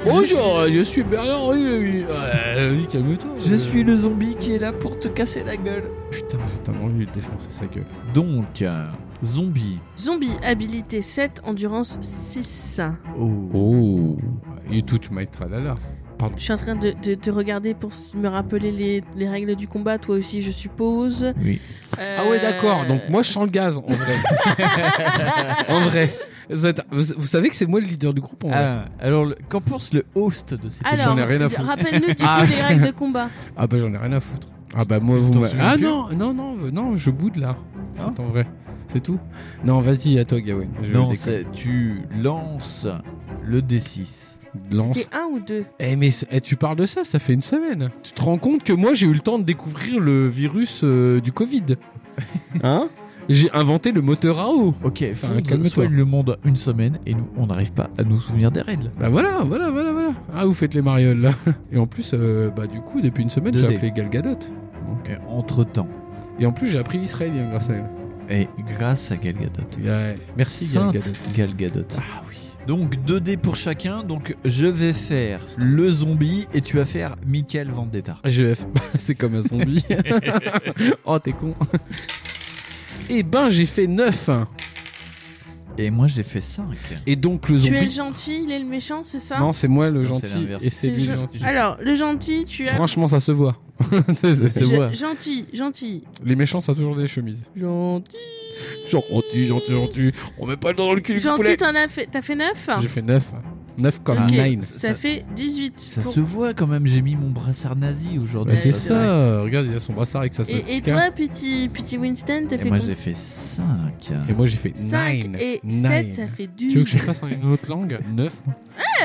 [SPEAKER 3] Bonjour, euh, je suis Bernard Henri. Euh, vas-y, calme-toi.
[SPEAKER 4] Je suis le zombie qui est là pour te casser la gueule.
[SPEAKER 3] Putain, j'ai tellement envie de lui défoncer sa gueule.
[SPEAKER 4] Donc, euh, zombie.
[SPEAKER 2] Zombie, habilité 7, endurance 6.
[SPEAKER 3] Oh, you touch my tralala. Pardon.
[SPEAKER 2] Je suis en train de, de, de regarder pour s- me rappeler les, les règles du combat, toi aussi, je suppose.
[SPEAKER 4] Oui.
[SPEAKER 2] Euh,
[SPEAKER 3] Ah ouais, d'accord. Donc moi, je sens le gaz, en vrai. en vrai. Vous, êtes- vous- vous savez que c'est moi le leader du groupe, en vrai.
[SPEAKER 4] Ah, alors, le- qu'en pense le host de cette
[SPEAKER 2] Alors,
[SPEAKER 3] J'en ai rien à foutre.
[SPEAKER 2] rappelle-nous du coup
[SPEAKER 3] Ah.
[SPEAKER 2] les règles de combat.
[SPEAKER 3] Ah bah, j'en ai rien à foutre. Ah bah, moi,
[SPEAKER 4] Tu
[SPEAKER 3] vous
[SPEAKER 4] t'en
[SPEAKER 3] m'a-
[SPEAKER 4] souviens
[SPEAKER 3] Ah
[SPEAKER 4] plus
[SPEAKER 3] non, non, non, non, je boude là.
[SPEAKER 4] Hein
[SPEAKER 3] C'est en vrai. C'est tout. Non, vas-y, à toi, Gawain. Je
[SPEAKER 4] Non,
[SPEAKER 3] déconne.
[SPEAKER 4] c'est- tu lances le D6.
[SPEAKER 3] Lance.
[SPEAKER 2] T'es un ou deux
[SPEAKER 3] Eh, mais c'est- eh, tu parles de ça, ça fait une semaine. Tu te rends compte que moi, j'ai eu le temps de découvrir le virus euh, du Covid. Hein J'ai inventé le moteur à eau.
[SPEAKER 4] Ok,
[SPEAKER 3] Ah,
[SPEAKER 4] Fonds
[SPEAKER 3] calme-toi.
[SPEAKER 4] soigne le monde une semaine et nous, on n'arrive pas à nous souvenir des règles.
[SPEAKER 3] Bah voilà, voilà, voilà, voilà. Ah, vous faites les marioles là. Et en plus, euh, bah du coup, depuis une semaine, j'ai
[SPEAKER 4] 2D.
[SPEAKER 3] appelé Gal Gadot.
[SPEAKER 4] entre temps,
[SPEAKER 3] Et en plus, j'ai appris l'israélien grâce à elle.
[SPEAKER 4] et grâce à Gal Gadot,
[SPEAKER 3] Et, euh, merci Gal
[SPEAKER 4] Sainte
[SPEAKER 3] Gadot.
[SPEAKER 4] Gal Gadot,
[SPEAKER 3] Ah oui.
[SPEAKER 4] Donc 2 dés pour chacun. Donc je vais faire le zombie et tu vas faire Michael Vendetta.
[SPEAKER 3] Je vais E f- c'est comme un zombie. oh, t'es con. Eh ben, j'ai fait 9.
[SPEAKER 4] Et moi j'ai fait 5.
[SPEAKER 3] Et donc, le
[SPEAKER 2] Tu es le
[SPEAKER 3] zombie.
[SPEAKER 2] gentil, il est le méchant, c'est ça
[SPEAKER 3] Non, c'est moi le
[SPEAKER 4] c'est
[SPEAKER 3] gentil
[SPEAKER 4] l'inverse.
[SPEAKER 3] et c'est
[SPEAKER 2] C'est
[SPEAKER 3] lui
[SPEAKER 2] je-
[SPEAKER 3] le gentil.
[SPEAKER 2] Alors, le gentil, tu as.
[SPEAKER 3] Franchement, ça se voit. C'est- c'est-
[SPEAKER 4] C'est
[SPEAKER 2] Je-
[SPEAKER 4] moi.
[SPEAKER 2] Gentil, gentil.
[SPEAKER 3] Les méchants, ça a toujours des chemises.
[SPEAKER 2] Gentil.
[SPEAKER 3] Gentil, gentil, gentil. On met pas le doigt dans le cul du poulet.
[SPEAKER 2] Gentil, t'en as fait. T'as fait 9
[SPEAKER 3] J'ai fait 9. 9 comme
[SPEAKER 2] Ok.
[SPEAKER 3] 9.
[SPEAKER 2] Ça, fait 18.
[SPEAKER 4] Ça
[SPEAKER 2] Pour-
[SPEAKER 4] se voit quand même, j'ai mis mon brassard nazi aujourd'hui.
[SPEAKER 3] Bah, c'est
[SPEAKER 2] Ouais,
[SPEAKER 3] ça. Regarde, il a son brassard avec sa
[SPEAKER 2] Et, et
[SPEAKER 3] swastika.
[SPEAKER 2] toi, petit, petit Winston, t'as
[SPEAKER 4] Et
[SPEAKER 2] fait
[SPEAKER 4] moi j'ai fait 5.
[SPEAKER 3] Et moi, j'ai fait
[SPEAKER 2] 5
[SPEAKER 3] 9.
[SPEAKER 2] et 7,
[SPEAKER 3] Nine.
[SPEAKER 2] ça fait 12.
[SPEAKER 3] Tu veux que je fasse en une autre langue 9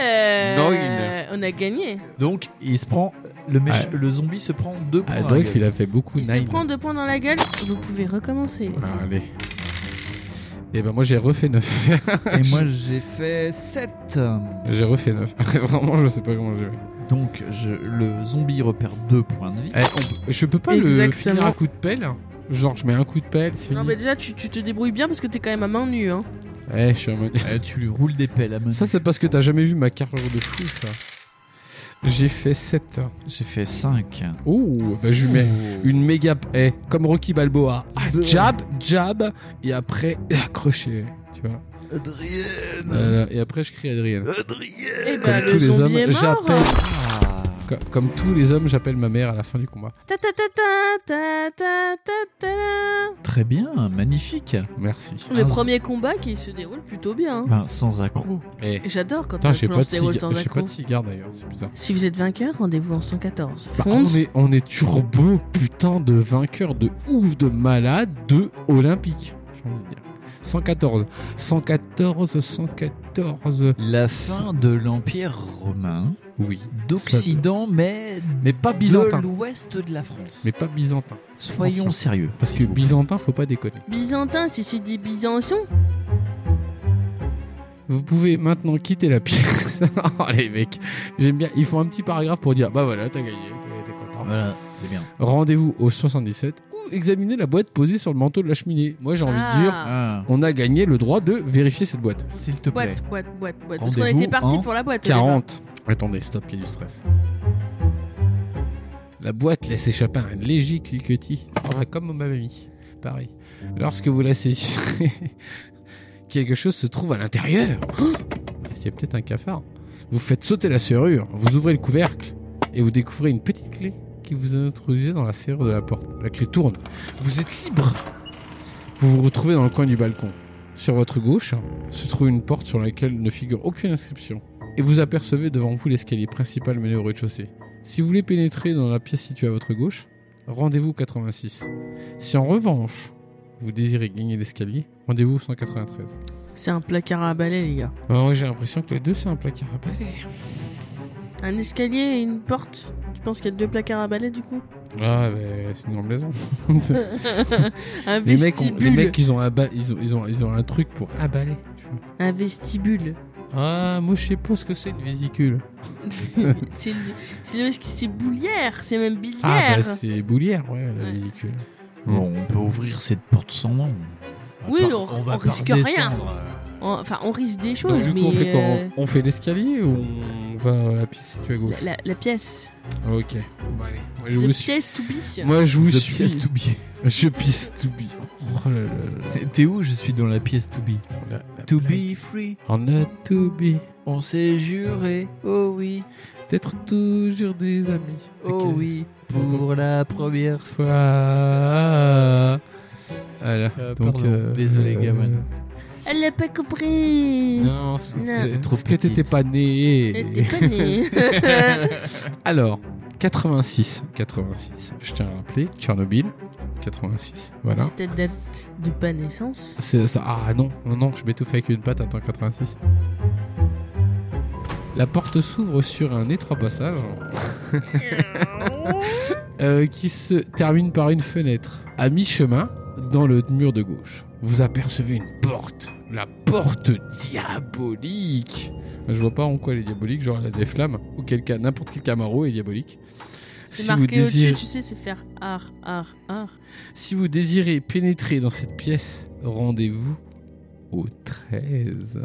[SPEAKER 2] Euh, On a gagné.
[SPEAKER 4] Donc il se prend. Le, méch- le zombie se prend 2 points.
[SPEAKER 3] Ah,
[SPEAKER 4] dans la
[SPEAKER 3] Druff,
[SPEAKER 4] gueule.
[SPEAKER 3] il a fait beaucoup
[SPEAKER 2] Il se
[SPEAKER 3] 9.
[SPEAKER 2] prend deux points dans la gueule. Vous pouvez recommencer.
[SPEAKER 3] Ah, allez. Et ben moi j'ai refait 9.
[SPEAKER 4] Et moi j'ai fait 7.
[SPEAKER 3] j'ai refait 9. Vraiment je sais pas comment j'ai fait.
[SPEAKER 4] Donc je, le zombie repère 2 points de vie.
[SPEAKER 3] Eh, on peut- Je peux pas le
[SPEAKER 2] Exactement.
[SPEAKER 3] finir à coup de pelle Genre je mets un coup de pelle, c'est
[SPEAKER 2] Non,
[SPEAKER 3] fini.
[SPEAKER 2] mais déjà, tu, tu te débrouilles bien parce que t'es quand même à main nue. Hein.
[SPEAKER 3] Eh, je suis en mode-
[SPEAKER 4] Euh, tu lui roules des pelles à main.
[SPEAKER 3] Ça c'est parce que t'as jamais vu ma carrure de fou ça. J'ai fait 7.
[SPEAKER 4] J'ai fait 5.
[SPEAKER 3] Oh, bah je lui mets une méga... Eh, comme Rocky Balboa. Ah, jab, jab, et après accroché, tu vois.
[SPEAKER 5] Adrienne
[SPEAKER 3] Euh, et après je crie Adrienne.
[SPEAKER 5] Adrienne
[SPEAKER 2] Et bah,
[SPEAKER 3] Comme
[SPEAKER 2] Euh, le
[SPEAKER 3] tous les
[SPEAKER 2] zombie
[SPEAKER 3] hommes,
[SPEAKER 2] est mort.
[SPEAKER 3] j'appelle...
[SPEAKER 4] Ah,
[SPEAKER 3] Co- Comme tous les hommes, j'appelle ma mère à la fin du combat.
[SPEAKER 2] Ta ta ta ta ta ta ta ta.
[SPEAKER 4] Très bien, magnifique.
[SPEAKER 3] Merci.
[SPEAKER 2] Le
[SPEAKER 4] Ah,
[SPEAKER 2] premier combat qui se déroule plutôt bien.
[SPEAKER 4] Ben, sans accro.
[SPEAKER 3] Eh.
[SPEAKER 2] Et J'adore quand
[SPEAKER 3] Putain,
[SPEAKER 2] un
[SPEAKER 3] j'ai pas
[SPEAKER 2] plan
[SPEAKER 3] de
[SPEAKER 2] se déroule
[SPEAKER 3] cigare,
[SPEAKER 2] sans
[SPEAKER 3] j'ai pas
[SPEAKER 2] accro.
[SPEAKER 3] de cigare d'ailleurs, c'est bizarre.
[SPEAKER 2] Si vous êtes vainqueur, rendez-vous en 114.
[SPEAKER 3] Bah,
[SPEAKER 2] Fonds.
[SPEAKER 3] on, est, on est turbo putain de vainqueur de ouf de malade de olympique. j'ai envie de dire. 114, 114, 114.
[SPEAKER 4] La fin de l'Empire romain,
[SPEAKER 3] Oui.
[SPEAKER 4] d'Occident, mais
[SPEAKER 3] Mais pas
[SPEAKER 4] de
[SPEAKER 3] byzantin.
[SPEAKER 4] l'ouest de la France.
[SPEAKER 3] Mais pas byzantin.
[SPEAKER 4] Soyons sérieux.
[SPEAKER 3] Parce que
[SPEAKER 4] s'il vous plaît.
[SPEAKER 3] byzantin, faut pas déconner.
[SPEAKER 2] Byzantin, si c'est des Byzantins.
[SPEAKER 3] Vous pouvez maintenant quitter la pièce. oh les mecs, j'aime bien. Ils font un petit paragraphe pour dire bah voilà, t'as gagné, t'es- t'es content.
[SPEAKER 4] Voilà, c'est bien.
[SPEAKER 3] Rendez-vous au 77 ou examinez la boîte posée sur le manteau de la cheminée. Moi j'ai envie
[SPEAKER 2] Ah.
[SPEAKER 3] de dire, hein. on a gagné le droit de vérifier cette boîte.
[SPEAKER 4] S'il te plaît.
[SPEAKER 2] Boîte, boîte, boîte, boîte. Parce qu'on
[SPEAKER 4] Rendez-vous
[SPEAKER 2] était parti
[SPEAKER 4] en
[SPEAKER 2] pour la boîte. au
[SPEAKER 3] 40. Attendez, stop, il y a du stress. La boîte laisse échapper un léger cliquetis, Enfin, comme ma mamie. Pareil. Lorsque vous la saisissez, quelque chose se trouve à l'intérieur. Oh C'est peut-être un cafard. Vous faites sauter la serrure, vous ouvrez le couvercle et vous découvrez une petite clé qui vous introduisez dans la serrure de la porte. La clé tourne. Vous êtes libre. Vous vous retrouvez dans le coin du balcon. Sur votre gauche se trouve une porte sur laquelle ne figure aucune inscription et vous apercevez devant vous l'escalier principal mené au rez-de-chaussée. Si vous voulez pénétrer dans la pièce située à votre gauche, rendez-vous au 86. Si en revanche, vous désirez gagner l'escalier, rendez-vous au 193.
[SPEAKER 2] départ. C'est un placard à balai, les gars.
[SPEAKER 3] Alors, j'ai l'impression que les deux, c'est un placard à balai.
[SPEAKER 2] Un escalier et une porte. Tu penses qu'il y a deux placards à balai, du coup
[SPEAKER 3] Ah, bah, c'est une grande maison.
[SPEAKER 2] Un
[SPEAKER 3] les, mecs ont- les
[SPEAKER 2] vestibule.
[SPEAKER 3] mecs, ils ont, un ba- ils, ont, ils, ont, ils ont un truc pour un balai. tu vois.
[SPEAKER 2] Un vestibule.
[SPEAKER 3] Ah, moi, je sais pas ce que c'est une vésicule.
[SPEAKER 2] c'est le- c'est le- c'est boulière, c'est même bilière.
[SPEAKER 3] Ah, bah, c'est boulière, ouais, la
[SPEAKER 2] ben, Ouais.
[SPEAKER 3] vésicule.
[SPEAKER 4] Bon, on peut ouvrir cette porte sans nom. va
[SPEAKER 2] Oui,
[SPEAKER 4] pas-
[SPEAKER 2] on-
[SPEAKER 4] va euh,
[SPEAKER 2] on
[SPEAKER 4] pas
[SPEAKER 2] risque rien.
[SPEAKER 4] redescendre.
[SPEAKER 2] On- Enfin, on risque des
[SPEAKER 3] Donc,
[SPEAKER 2] choses,
[SPEAKER 3] du coup,
[SPEAKER 2] mais
[SPEAKER 3] on fait quoi
[SPEAKER 2] euh,
[SPEAKER 3] On on fait l'escalier ou on va à la pièce située à gauche
[SPEAKER 2] la, la- la pièce.
[SPEAKER 3] Ok. Bon, allez. Moi, je
[SPEAKER 2] The
[SPEAKER 3] vous suis.
[SPEAKER 2] pièce to be.
[SPEAKER 3] Moi, je vous
[SPEAKER 4] The
[SPEAKER 3] suis.
[SPEAKER 4] pièce to be.
[SPEAKER 3] Je pisse to be. Oh là là là
[SPEAKER 4] T'es où Je suis dans la pièce to be.
[SPEAKER 3] là. La- la
[SPEAKER 4] To
[SPEAKER 3] blague.
[SPEAKER 4] be free.
[SPEAKER 3] On a to be.
[SPEAKER 4] On s'est juré. Oh oui.
[SPEAKER 3] D'être toujours des amis.
[SPEAKER 4] Oh
[SPEAKER 3] Ok.
[SPEAKER 4] oui. Pour la première
[SPEAKER 3] Fois. Voilà.
[SPEAKER 4] Euh,
[SPEAKER 3] Donc,
[SPEAKER 4] pardon. Désolé, Gawain.
[SPEAKER 2] Elle n'a pas compris.
[SPEAKER 3] Non, c'est parce que-
[SPEAKER 2] Non.
[SPEAKER 3] parce
[SPEAKER 4] T'es trop
[SPEAKER 3] que t'étais
[SPEAKER 4] petite.
[SPEAKER 3] pas
[SPEAKER 2] Elle
[SPEAKER 3] né.
[SPEAKER 2] était pas née.
[SPEAKER 3] Alors, 86. 86. Je tiens à rappeler. Tchernobyl. 86. Voilà.
[SPEAKER 2] C'était la date de pas naissance.
[SPEAKER 3] C'est ça. Ah non, non, non, je m'étouffe avec une patte. Attends, 86. La porte s'ouvre sur un étroit passage euh, qui se termine par une fenêtre. À mi-chemin, dans le mur de gauche, vous apercevez une porte. La porte diabolique. Je vois pas en quoi elle est diabolique, genre elle a des flammes. Ou cas, n'importe quel Camaro est diabolique.
[SPEAKER 2] C'est
[SPEAKER 3] Si vous
[SPEAKER 2] marqué
[SPEAKER 3] désirez-
[SPEAKER 2] au-dessus, tu sais, c'est faire art, art, art.
[SPEAKER 3] si vous désirez pénétrer dans cette pièce, rendez-vous au 13.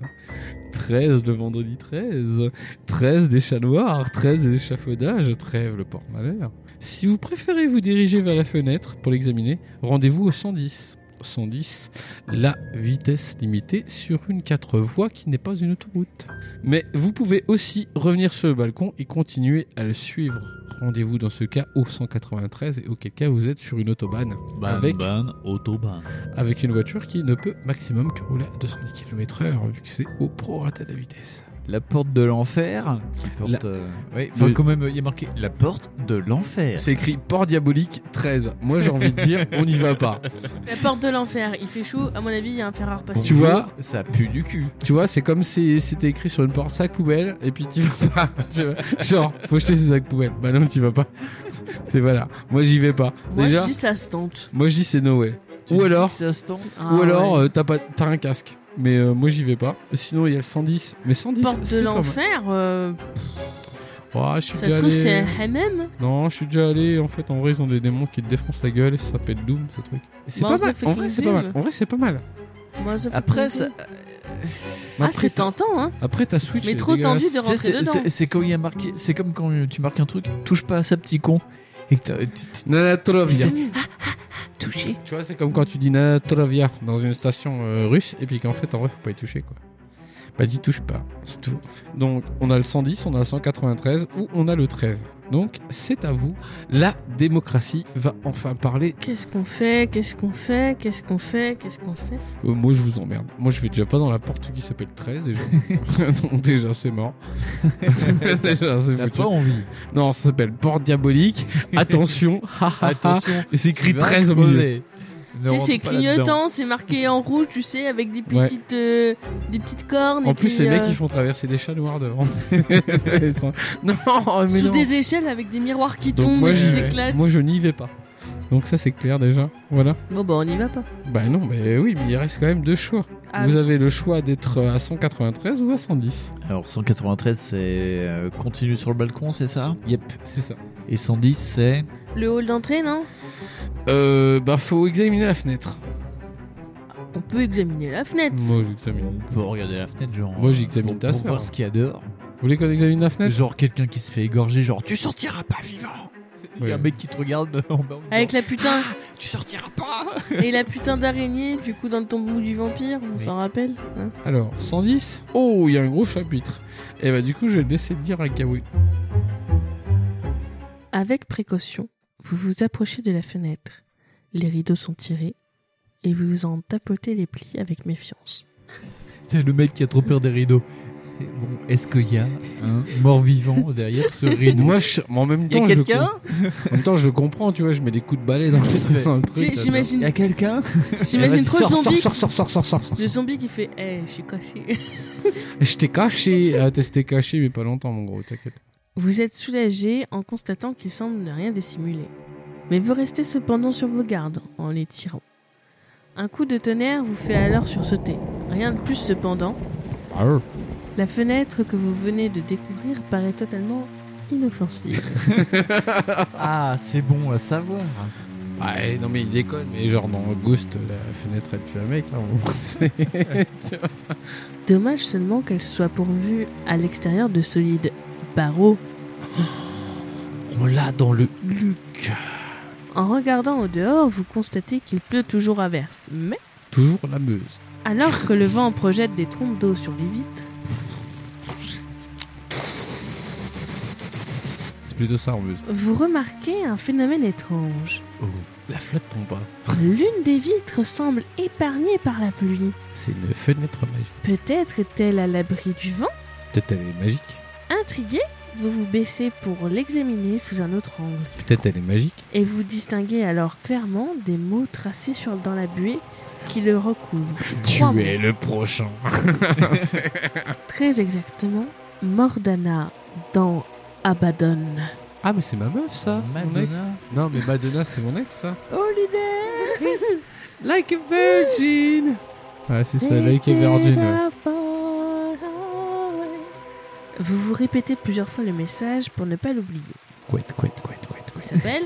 [SPEAKER 3] 13 le vendredi 13. 13 des chats noirs, 13 des échafaudages, trêve le port malheur. Si vous préférez vous diriger vers la fenêtre pour l'examiner, rendez-vous au 110. 110, la vitesse limitée sur une 4 voies qui n'est pas une autoroute. Mais vous pouvez aussi revenir sur le balcon et continuer à le suivre. Rendez-vous dans ce cas au 193 et auquel cas vous êtes sur une autobahn
[SPEAKER 4] Ban,
[SPEAKER 3] Avec-
[SPEAKER 4] ban, autoban.
[SPEAKER 3] avec une voiture qui ne peut maximum que rouler à 210 km/h vu que c'est au prorata de la vitesse.
[SPEAKER 4] La porte de l'enfer. Qui porte.
[SPEAKER 3] La-
[SPEAKER 4] euh, Oui, enfin,
[SPEAKER 3] Le-
[SPEAKER 4] quand même, il y a marqué la porte de l'enfer.
[SPEAKER 3] C'est écrit port diabolique 13. Moi j'ai envie de dire on n'y va pas.
[SPEAKER 2] La porte de l'enfer, il fait chaud, à mon avis, il y a un Ferrari passé.
[SPEAKER 3] Tu vois
[SPEAKER 4] Ça pue du cul.
[SPEAKER 3] Tu vois, c'est comme si c'était écrit sur une porte sac poubelle et puis tu vas pas. Tu vois. Genre, faut jeter ces sacs poubelles. Bah non, tu vas pas. C'est voilà. Moi j'y vais pas.
[SPEAKER 2] Moi,
[SPEAKER 3] Déjà,
[SPEAKER 2] je dis ça se tente.
[SPEAKER 3] moi je dis c'est no way.
[SPEAKER 4] Tu
[SPEAKER 3] Ou
[SPEAKER 4] dis
[SPEAKER 3] alors,
[SPEAKER 4] que Ça se tente.
[SPEAKER 2] Ah,
[SPEAKER 3] ou alors
[SPEAKER 2] ouais.
[SPEAKER 3] euh, t'as pas t'as un casque. Mais euh, moi j'y vais pas. Sinon il y a le 110. Mais 110
[SPEAKER 2] Porte
[SPEAKER 3] euh,
[SPEAKER 2] de
[SPEAKER 3] c'est pas mal.
[SPEAKER 2] l'enfer, euh,
[SPEAKER 3] Oh, je suis
[SPEAKER 2] ça
[SPEAKER 3] déjà
[SPEAKER 2] se trouve,
[SPEAKER 3] allé-
[SPEAKER 2] c'est un hammam.
[SPEAKER 3] Non, je suis déjà allé. En fait, en vrai, ils ont des démons qui te défoncent la gueule et ça s'appelle Doom, ce truc. C'est
[SPEAKER 2] Bah,
[SPEAKER 3] pas
[SPEAKER 2] ça
[SPEAKER 3] mal.
[SPEAKER 2] fait
[SPEAKER 3] En vrai,
[SPEAKER 2] King's
[SPEAKER 3] c'est pas mal.
[SPEAKER 2] Doom.
[SPEAKER 3] En vrai, c'est pas mal.
[SPEAKER 2] Moi, Bah, ça fait
[SPEAKER 4] Après,
[SPEAKER 2] plaisir.
[SPEAKER 4] ça-
[SPEAKER 3] Mais
[SPEAKER 2] Ah,
[SPEAKER 3] après,
[SPEAKER 2] c'est tentant, hein.
[SPEAKER 3] t'as- Après, ta Switch.
[SPEAKER 2] Mais
[SPEAKER 3] elle est
[SPEAKER 2] trop tendu
[SPEAKER 3] dégueulasse.
[SPEAKER 2] de
[SPEAKER 4] Tu sais,
[SPEAKER 2] rentrer
[SPEAKER 4] c'est-
[SPEAKER 2] dedans.
[SPEAKER 4] c'est- C'est quand il y a marqué. C'est comme quand tu marques un truc. Touche pas à ça, petit con. Et que t'as- tu- tu-
[SPEAKER 3] Nanatrovia.
[SPEAKER 2] Touché.
[SPEAKER 3] tu vois, c'est comme quand tu dis Nanatrovia dans une station euh, russe et puis qu'en fait, en vrai, faut pas y toucher, quoi. Bah, dis touche pas. C'est tout. Donc, on a le 110, on a le 193 ou on a le 13. Donc, c'est à vous. La démocratie va enfin parler.
[SPEAKER 2] Qu'est-ce qu'on fait Qu'est-ce qu'on fait Qu'est-ce qu'on fait Qu'est-ce qu'on fait
[SPEAKER 3] Euh, moi, je vous emmerde. Moi, je vais déjà pas dans la porte qui s'appelle 13, déjà. Donc, déjà, c'est mort. déjà, c'est
[SPEAKER 4] T'as
[SPEAKER 3] foutu.
[SPEAKER 4] pas envie.
[SPEAKER 3] Non, ça s'appelle porte diabolique. Attention.
[SPEAKER 4] ah,
[SPEAKER 3] ha, ha, ha.
[SPEAKER 4] Attention.
[SPEAKER 3] Et c'est écrit
[SPEAKER 4] tu vas
[SPEAKER 3] 13 au milieu.
[SPEAKER 4] crever. Ne
[SPEAKER 2] Tu sais,
[SPEAKER 4] rentre
[SPEAKER 2] C'est
[SPEAKER 4] pas là-dedans.
[SPEAKER 2] clignotant, c'est marqué en rouge, tu sais, avec des
[SPEAKER 3] Ouais.
[SPEAKER 2] petites, euh, des petites cornes.
[SPEAKER 3] En
[SPEAKER 2] et
[SPEAKER 3] plus,
[SPEAKER 2] puis,
[SPEAKER 3] les mecs,
[SPEAKER 2] euh,
[SPEAKER 3] ils font traverser des chats noirs devant. non, mais
[SPEAKER 2] sous
[SPEAKER 3] non.
[SPEAKER 2] des échelles avec des miroirs qui
[SPEAKER 3] Donc,
[SPEAKER 2] tombent
[SPEAKER 3] moi,
[SPEAKER 2] et qui
[SPEAKER 3] j'y vais.
[SPEAKER 2] s'éclatent.
[SPEAKER 3] Moi, je n'y vais pas. Donc, ça, c'est clair déjà. Voilà.
[SPEAKER 2] Bon, bah, on y va pas.
[SPEAKER 3] Bah, non, mais oui, mais il reste quand même deux choix.
[SPEAKER 2] Ah,
[SPEAKER 3] Vous
[SPEAKER 2] oui.
[SPEAKER 3] avez le choix d'être à 193 ou à 110.
[SPEAKER 4] Alors 193 c'est euh, continue sur le balcon, c'est ça
[SPEAKER 3] Yep, c'est ça.
[SPEAKER 4] Et 110 c'est
[SPEAKER 2] Le hall d'entrée, non
[SPEAKER 3] Euh, bah, faut examiner la fenêtre.
[SPEAKER 2] On peut examiner la fenêtre.
[SPEAKER 3] Moi, j'examine.
[SPEAKER 4] on peut regarder la fenêtre genre
[SPEAKER 3] Moi, j'examine
[SPEAKER 4] pour-
[SPEAKER 3] ta
[SPEAKER 4] pour
[SPEAKER 3] sœur.
[SPEAKER 4] voir ce qu'il y a dehors.
[SPEAKER 3] Vous voulez qu'on examine la fenêtre
[SPEAKER 4] Genre quelqu'un qui se fait égorger genre tu sortiras pas vivant. Il y
[SPEAKER 3] Ouais.
[SPEAKER 4] a un mec qui te regarde de- en bas. en disant,
[SPEAKER 2] Avec la putain
[SPEAKER 4] Ah, Tu sortiras pas.
[SPEAKER 2] et la putain d'araignée du coup dans le tombeau du vampire, on
[SPEAKER 4] Oui.
[SPEAKER 2] s'en rappelle. hein.
[SPEAKER 3] Alors, 110 Oh, il y a un gros chapitre. Et bah, du coup, je vais le laisser dire à Gawain.
[SPEAKER 2] Avec précaution, vous vous approchez de la fenêtre. Les rideaux sont tirés et vous en tapotez les plis avec méfiance.
[SPEAKER 4] C'est le mec qui a trop peur des rideaux. Et Bon, est-ce qu'il y a un mort vivant derrière ce rideau
[SPEAKER 3] Moi, je- mais en même
[SPEAKER 4] Il y
[SPEAKER 3] temps,
[SPEAKER 4] a
[SPEAKER 3] je le
[SPEAKER 4] quelqu'un
[SPEAKER 3] com- en même temps, je le comprends, tu vois, je mets des coups de balai dans le, dans le truc.
[SPEAKER 2] Tu sais,
[SPEAKER 3] là,
[SPEAKER 4] Il y
[SPEAKER 2] J'imagine,
[SPEAKER 4] a quelqu'un
[SPEAKER 2] j'imagine
[SPEAKER 3] Vas-y,
[SPEAKER 2] trop le
[SPEAKER 3] sors,
[SPEAKER 2] zombie,
[SPEAKER 3] Sors, sors, sors, sors, sors, sors.
[SPEAKER 2] le zombie qui fait, eh, je suis caché.
[SPEAKER 3] Je t'ai caché. Ah, t'es- t'es caché, mais pas longtemps, mon gros, t'inquiète.
[SPEAKER 2] Vous êtes soulagé en constatant qu'il semble ne rien dissimuler. Mais vous restez cependant sur vos gardes en les tirant. Un coup de tonnerre vous fait alors sursauter. Rien de plus cependant,
[SPEAKER 3] Ah
[SPEAKER 2] La fenêtre que vous venez de découvrir paraît totalement inoffensive.
[SPEAKER 4] Ah, c'est bon à savoir.
[SPEAKER 3] Ouais, non, mais il déconne, mais genre dans Ghost, la fenêtre, elle tue un mec. hein, on sait.
[SPEAKER 2] Dommage seulement qu'elle soit pourvue à l'extérieur de solides barreaux.
[SPEAKER 3] on l'a dans le Luc.
[SPEAKER 2] En regardant au dehors, vous constatez qu'il pleut toujours à verse. Mais
[SPEAKER 3] Toujours la Meuse.
[SPEAKER 2] alors que le vent projette des trompes d'eau sur les vitres,
[SPEAKER 3] C'est plutôt ça, en Meuse.
[SPEAKER 2] vous remarquez un phénomène étrange.
[SPEAKER 3] La flotte tombe pas.
[SPEAKER 2] L'une des vitres semble épargnée par la pluie.
[SPEAKER 3] C'est une fenêtre magique.
[SPEAKER 2] Peut-être est-elle à l'abri du vent
[SPEAKER 3] Peut-être elle est magique.
[SPEAKER 2] Intrigué, vous vous baissez pour l'examiner sous un autre angle.
[SPEAKER 3] Peut-être elle est magique.
[SPEAKER 2] et vous distinguez alors clairement des mots tracés sur, dans la buée qui le recouvrent.
[SPEAKER 3] Tu
[SPEAKER 2] Trois mots.
[SPEAKER 3] es le prochain.
[SPEAKER 2] Très exactement, Mordana dans Abaddon.
[SPEAKER 3] Ah, mais c'est ma meuf, ça. c'est mon ex.
[SPEAKER 4] Madonna.
[SPEAKER 3] Non, mais Madonna, c'est mon ex, ça. Like a virgin. Ouais, c'est ça, like a virgin. ouais.
[SPEAKER 2] Vous vous répétez plusieurs fois le message pour ne pas l'oublier.
[SPEAKER 3] Couette, couette, couette, couette,
[SPEAKER 2] Il
[SPEAKER 3] couette.
[SPEAKER 2] s'appelle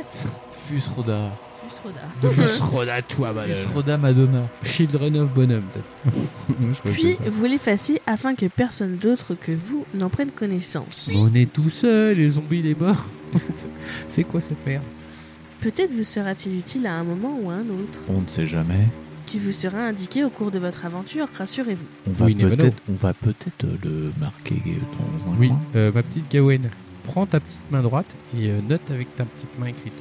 [SPEAKER 4] Fus Roda.
[SPEAKER 2] Fusroda.
[SPEAKER 3] De Fusroda, toi, madame.
[SPEAKER 4] Roda Madonna.
[SPEAKER 3] Children of Bonhomme, peut-être. Je sais
[SPEAKER 2] Puis
[SPEAKER 3] pas.
[SPEAKER 2] vous l'effacez afin que personne d'autre que vous n'en prenne connaissance.
[SPEAKER 3] On est tout seul, les zombies, il est mort. C'est quoi cette merde
[SPEAKER 2] Peut-être vous sera-t-il utile à un moment ou à un autre,
[SPEAKER 4] On ne sait jamais.
[SPEAKER 2] qui vous sera indiqué au cours de votre aventure, rassurez-vous.
[SPEAKER 4] On va
[SPEAKER 3] Oui, never
[SPEAKER 4] peut-être on va peut-être le marquer dans un
[SPEAKER 3] Oui,
[SPEAKER 4] coin.
[SPEAKER 3] euh, ma petite Gawain, prends ta petite main droite et euh, note avec ta petite main écrite.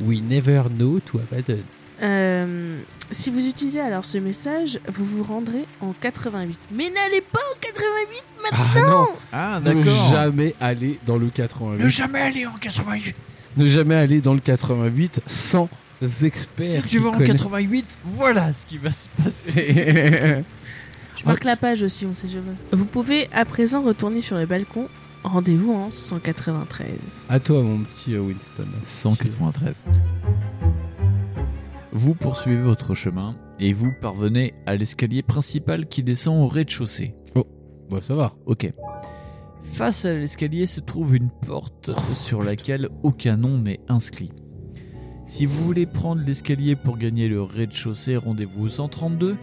[SPEAKER 3] We never know to abandon.
[SPEAKER 2] Euh, si vous utilisez alors ce message, vous vous rendrez en 88. Mais n'allez pas en 88
[SPEAKER 3] Ah non,
[SPEAKER 4] Ah
[SPEAKER 3] Ne jamais aller dans le 88.
[SPEAKER 4] Ne jamais aller en 88.
[SPEAKER 3] Ne jamais aller dans le 88 sans
[SPEAKER 4] Si
[SPEAKER 3] experts.
[SPEAKER 4] tu vas en 88, voilà ce qui va se passer.
[SPEAKER 3] 88.
[SPEAKER 2] Je marque la page aussi, on sait jamais. Vous pouvez à présent retourner sur le balcon. Rendez-vous en 193.
[SPEAKER 3] à toi, mon petit euh, Winston.
[SPEAKER 4] 193. Vous poursuivez votre chemin et vous parvenez à l'escalier principal qui descend au rez-de-chaussée.
[SPEAKER 3] Bon, ça va.
[SPEAKER 4] Ok. Face à l'escalier se trouve une porte sur laquelle aucun nom n'est inscrit. Si vous voulez prendre l'escalier pour gagner le rez-de-chaussée, rendez-vous au 132,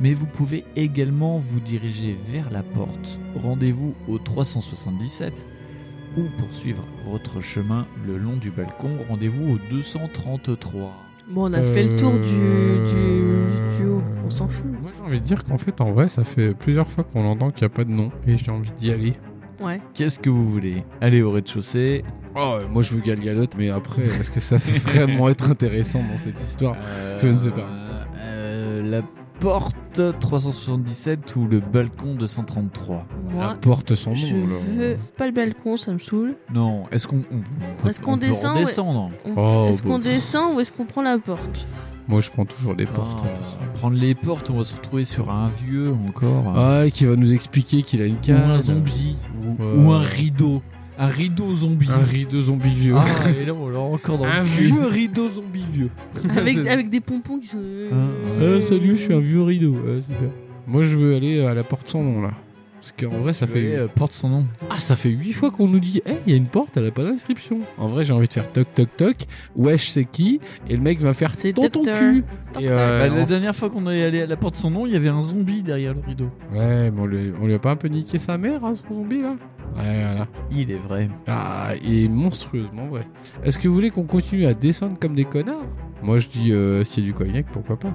[SPEAKER 4] mais vous pouvez également vous diriger vers la porte, rendez-vous au 377, ou poursuivre votre chemin le long du balcon, rendez-vous au 233.
[SPEAKER 2] Bon, on a fait le tour du, du, du haut. On s'en fout.
[SPEAKER 6] Moi j'ai envie de dire qu'en fait en vrai ça fait plusieurs fois qu'on l'entend qu'il n'y a pas de nom et j'ai envie d'y aller.
[SPEAKER 2] Ouais.
[SPEAKER 4] Qu'est-ce que vous voulez Allez au rez-de-chaussée.
[SPEAKER 3] Oh, euh, moi je veux Galgalote, mais après, est-ce que ça fait vraiment être intéressant dans cette histoire je ne sais pas.
[SPEAKER 4] Euh, euh, la porte 377 ou le balcon 233
[SPEAKER 3] La
[SPEAKER 2] Moi,
[SPEAKER 3] porte sans
[SPEAKER 2] je
[SPEAKER 3] nom, Ah, là.
[SPEAKER 2] veux pas le balcon, ça me saoule.
[SPEAKER 4] Non, est-ce qu'on on- on peut-
[SPEAKER 2] Est-ce qu'on
[SPEAKER 4] on peut
[SPEAKER 2] descend,
[SPEAKER 4] redescendre
[SPEAKER 2] On-
[SPEAKER 3] Oh,
[SPEAKER 2] est-ce qu'on
[SPEAKER 3] bah.
[SPEAKER 2] descend ou est-ce qu'on prend la porte
[SPEAKER 3] Moi, je prends toujours les portes.
[SPEAKER 4] Ah, prendre les portes, on va se retrouver sur un vieux encore.
[SPEAKER 3] Ah, qui va nous expliquer qu'il a une
[SPEAKER 4] ou
[SPEAKER 3] canne.
[SPEAKER 4] un zombie. Ou,
[SPEAKER 3] Ouais.
[SPEAKER 4] ou un rideau. Un rideau zombie.
[SPEAKER 3] Un rideau zombie vieux.
[SPEAKER 4] Ah, et là, on l'a encore dans le cul.
[SPEAKER 3] rideau zombie vieux.
[SPEAKER 2] avec, avec des pompons qui sont.
[SPEAKER 4] Ah,
[SPEAKER 3] euh, salut, je suis un vieux rideau. super. Moi, je veux aller à la porte sans nom, là. Parce qu'en vrai, ça
[SPEAKER 4] Tu veux aller,
[SPEAKER 3] fait...
[SPEAKER 4] euh, porte sans nom.
[SPEAKER 3] Ah, ça fait 8 fois qu'on nous dit « Eh, il y a une porte, elle a pas d'inscription. » En vrai, j'ai envie de faire toc toc toc, « Wesh, c'est qui ?» Et le mec va faire «
[SPEAKER 2] C'est
[SPEAKER 3] Ton ton
[SPEAKER 2] docteur.
[SPEAKER 3] cul !»
[SPEAKER 2] Toc,
[SPEAKER 3] Et,
[SPEAKER 2] toc.
[SPEAKER 3] euh,
[SPEAKER 4] Bah,
[SPEAKER 3] on-
[SPEAKER 4] la dernière fois qu'on est allé à la porte sans nom, il y avait un zombie derrière le rideau.
[SPEAKER 3] Ouais, mais on lui, on lui a pas un peu niqué sa mère, hein, son zombie, là Ouais, voilà.
[SPEAKER 4] Il est vrai.
[SPEAKER 3] Ah, il est monstrueusement vrai. Est-ce que vous voulez qu'on continue à descendre comme des connards Moi, je dis euh, s'il y a du cognac, pourquoi pas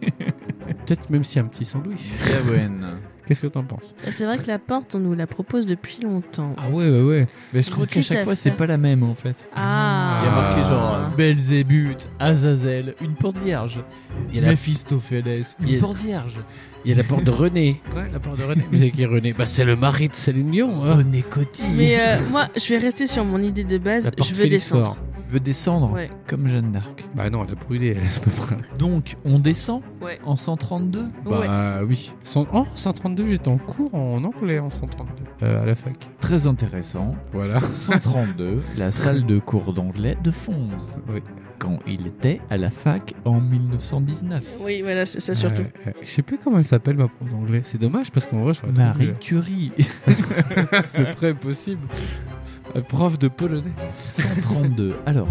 [SPEAKER 3] Peut-être même s'il y a un petit sandwich.
[SPEAKER 4] Gawen.
[SPEAKER 3] Qu'est-ce que t'en penses
[SPEAKER 2] Ah, C'est vrai que la porte, on nous la propose depuis longtemps.
[SPEAKER 3] Ah ouais, ouais, ouais.
[SPEAKER 4] Mais je trouve
[SPEAKER 2] Roquette
[SPEAKER 4] qu'à chaque
[SPEAKER 2] à
[SPEAKER 4] fois,
[SPEAKER 2] faire.
[SPEAKER 4] c'est pas la même en fait.
[SPEAKER 2] Ah.
[SPEAKER 4] Il y a marqué
[SPEAKER 2] Ah.
[SPEAKER 4] genre
[SPEAKER 3] euh,
[SPEAKER 4] Belzébuth, Azazel, une porte vierge.
[SPEAKER 3] Il y a la-
[SPEAKER 4] Mephistopheles, une
[SPEAKER 3] Il y a-
[SPEAKER 4] porte vierge.
[SPEAKER 3] Il y a la porte de René. Quoi, la porte de René Mais c'est qui René Bah, c'est le mari de Céline Dion. Hein.
[SPEAKER 4] René Coty.
[SPEAKER 2] Mais euh, moi, je vais rester sur mon idée de base.
[SPEAKER 3] La porte
[SPEAKER 2] Je veux
[SPEAKER 3] Félix
[SPEAKER 2] descendre.
[SPEAKER 3] Faure.
[SPEAKER 4] Je veux descendre
[SPEAKER 2] euh, Ouais.
[SPEAKER 4] comme Jeanne d'Arc.
[SPEAKER 3] Bah non, elle a brûlé, elle se peut pas.
[SPEAKER 4] Donc, on descend
[SPEAKER 2] Ouais.
[SPEAKER 4] en 132.
[SPEAKER 2] Ouais.
[SPEAKER 3] Bah oui. Cent- Oh, 132, j'étais en cours en anglais en 132. Euh, à la fac.
[SPEAKER 4] Très intéressant.
[SPEAKER 3] Voilà.
[SPEAKER 4] 132, la salle de cours d'anglais de Fonz.
[SPEAKER 3] Oui.
[SPEAKER 4] Quand il était à la fac en 1919.
[SPEAKER 2] Oui, voilà, c'est ça surtout.
[SPEAKER 3] Ouais, ouais. je sais plus comment elle s'appelle ma prof d'anglais. C'est dommage parce qu'en vrai, euh, je
[SPEAKER 4] Marie Curie.
[SPEAKER 3] C'est très possible. Euh, prof de polonais.
[SPEAKER 4] 132. Alors,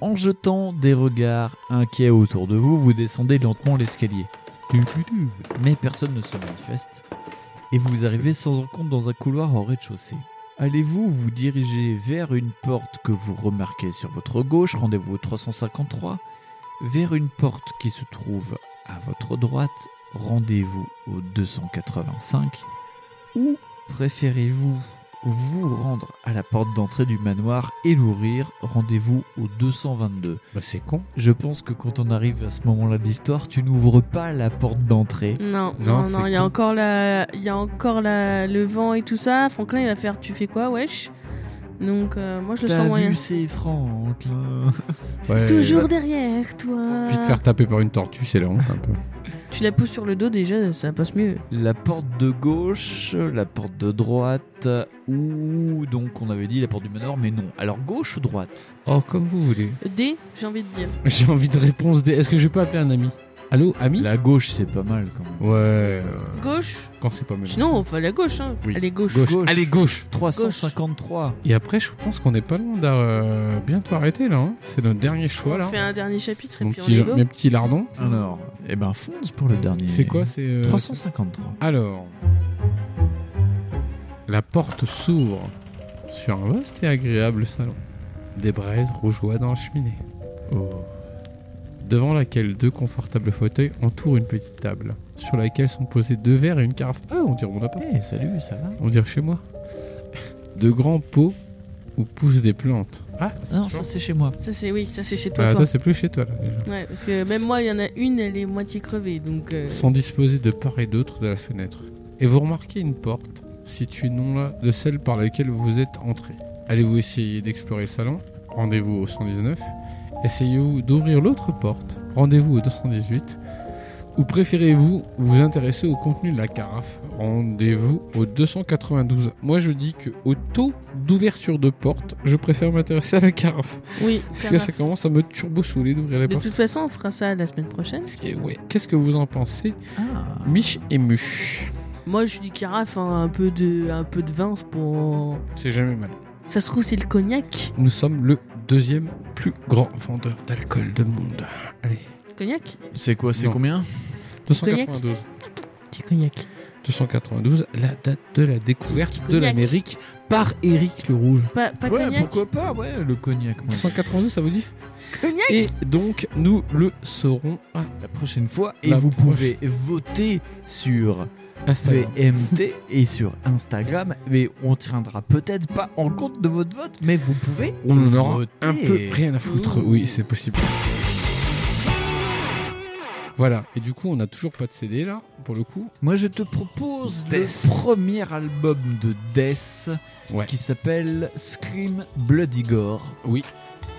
[SPEAKER 4] en jetant des regards inquiets autour de vous, vous descendez lentement l'escalier. Mais personne ne se manifeste. Et vous arrivez sans encombre dans un couloir au rez-de-chaussée. Allez-vous vous diriger vers une porte que vous remarquez sur votre gauche, rendez-vous au 353, vers une porte qui se trouve à votre droite, rendez-vous au 285, ou préférez-vous vous rendre à la porte d'entrée du manoir et l'ouvrir, rendez-vous au 222.
[SPEAKER 3] Bah, c'est con.
[SPEAKER 4] Je pense que quand on arrive à ce moment-là de l'histoire, tu n'ouvres pas la porte d'entrée.
[SPEAKER 2] Non,
[SPEAKER 3] Non,
[SPEAKER 2] non, non,
[SPEAKER 3] c'est
[SPEAKER 2] il y a
[SPEAKER 3] con.
[SPEAKER 2] encore la, il y a encore la, le vent et tout ça. Franklin, il va faire, tu fais quoi, wesh Donc euh, moi, je le
[SPEAKER 4] T'as
[SPEAKER 2] sens moyen.
[SPEAKER 4] vu, c'est Franklin.
[SPEAKER 3] Ouais.
[SPEAKER 2] Toujours derrière toi.
[SPEAKER 3] Puis te faire taper par une tortue, c'est la honte un peu.
[SPEAKER 2] Tu la pousses sur le dos déjà, ça passe mieux.
[SPEAKER 4] La porte de gauche, la porte de droite, ou donc on avait dit la porte du manoir, mais non. Alors gauche ou droite
[SPEAKER 3] Oh, comme vous voulez.
[SPEAKER 2] D, j'ai envie de dire.
[SPEAKER 3] J'ai envie de réponse. Des... Est-ce que je peux appeler un ami Allô, ami
[SPEAKER 4] La gauche, c'est pas mal quand même.
[SPEAKER 3] Ouais, euh,
[SPEAKER 2] Gauche
[SPEAKER 3] quand c'est pas mal.
[SPEAKER 2] Sinon, on fait la gauche, hein.
[SPEAKER 3] Oui.
[SPEAKER 2] Allez, gauche.
[SPEAKER 3] gauche.
[SPEAKER 4] gauche.
[SPEAKER 3] Allez, gauche
[SPEAKER 4] 353.
[SPEAKER 3] Et après, je pense qu'on n'est pas loin d'à euh, bientôt arrêter là. hein. C'est notre dernier choix
[SPEAKER 2] On
[SPEAKER 3] là.
[SPEAKER 2] fait un dernier chapitre et
[SPEAKER 3] Mon
[SPEAKER 2] puis on est
[SPEAKER 3] petit,
[SPEAKER 2] go.
[SPEAKER 3] mes petits lardons.
[SPEAKER 2] Mmh.
[SPEAKER 4] Alors, eh ben, fonce pour le dernier.
[SPEAKER 3] C'est quoi C'est euh,
[SPEAKER 4] 353.
[SPEAKER 3] Alors, la porte s'ouvre sur un vaste et agréable salon. Des braises rougeoient dans la cheminée,
[SPEAKER 4] Oh.
[SPEAKER 3] devant laquelle deux confortables fauteuils entourent une petite table, sur laquelle sont posés deux verres et une carafe. Ah, on dirait mon appart.
[SPEAKER 4] Eh, salut, ça va
[SPEAKER 3] On dirait chez moi. De grands pots où poussent des plantes. Ah,
[SPEAKER 4] Non, ça c'est chez moi.
[SPEAKER 2] Ça, c'est oui, ça c'est chez toi.
[SPEAKER 3] Ah,
[SPEAKER 2] toi.
[SPEAKER 3] toi, c'est plus chez toi là. déjà.
[SPEAKER 2] Ouais, parce que même moi, il y en a une, elle est moitié crevée, donc. euh,
[SPEAKER 3] sont disposés de part et d'autre de la fenêtre. Et vous remarquez une porte, située non là de celle par laquelle vous êtes entré. Allez-vous essayer d'explorer le salon Rendez-vous au 119. Essayez-vous d'ouvrir l'autre porte Rendez-vous au 218. Ou préférez-vous vous intéresser au contenu de la carafe Rendez-vous au 292. Moi je dis que au taux d'ouverture de porte, je préfère m'intéresser à la carafe.
[SPEAKER 2] Oui,
[SPEAKER 3] Parce
[SPEAKER 2] ça
[SPEAKER 3] que
[SPEAKER 2] va.
[SPEAKER 3] ça commence à me turbo-souler d'ouvrir les
[SPEAKER 2] De
[SPEAKER 3] portes.
[SPEAKER 2] toute façon, on fera ça la semaine prochaine.
[SPEAKER 3] Et ouais. Qu'est-ce que vous en pensez,
[SPEAKER 4] Ah.
[SPEAKER 3] Mich et Muche
[SPEAKER 2] Moi, je dis carafe, hein, un peu de, un peu de vin c'est pour.
[SPEAKER 3] C'est jamais mal.
[SPEAKER 2] Ça se trouve, c'est le cognac.
[SPEAKER 3] Nous sommes le deuxième plus grand vendeur d'alcool de monde. Allez.
[SPEAKER 2] Cognac
[SPEAKER 4] C'est quoi C'est
[SPEAKER 3] Non.
[SPEAKER 4] combien
[SPEAKER 3] 292.
[SPEAKER 2] Petit cognac.
[SPEAKER 3] 292, la date de la découverte de
[SPEAKER 2] Cognac.
[SPEAKER 3] l'Amérique par Éric le Rouge.
[SPEAKER 2] Pas, pas
[SPEAKER 4] Ouais,
[SPEAKER 2] cognac.
[SPEAKER 4] pourquoi pas Ouais, le cognac. moi.
[SPEAKER 3] 292, ça vous dit
[SPEAKER 2] Cognac
[SPEAKER 3] Et donc, nous le saurons à
[SPEAKER 4] La prochaine fois, et
[SPEAKER 3] La
[SPEAKER 4] vous
[SPEAKER 3] proche-
[SPEAKER 4] pouvez voter sur
[SPEAKER 3] Instagram.
[SPEAKER 4] VMT et sur Instagram, mais on tiendra peut-être pas en compte de votre vote, mais vous pouvez.
[SPEAKER 3] On en aura
[SPEAKER 4] voter.
[SPEAKER 3] un peu rien à foutre.
[SPEAKER 2] Ouh.
[SPEAKER 3] Oui, c'est possible. Voilà. Et du coup, on n'a toujours pas de CD là, pour le coup.
[SPEAKER 4] Moi, je te propose
[SPEAKER 3] Death.
[SPEAKER 4] le premier album de Death
[SPEAKER 3] Ouais.
[SPEAKER 4] qui s'appelle Scream Bloody Gore.
[SPEAKER 3] Oui.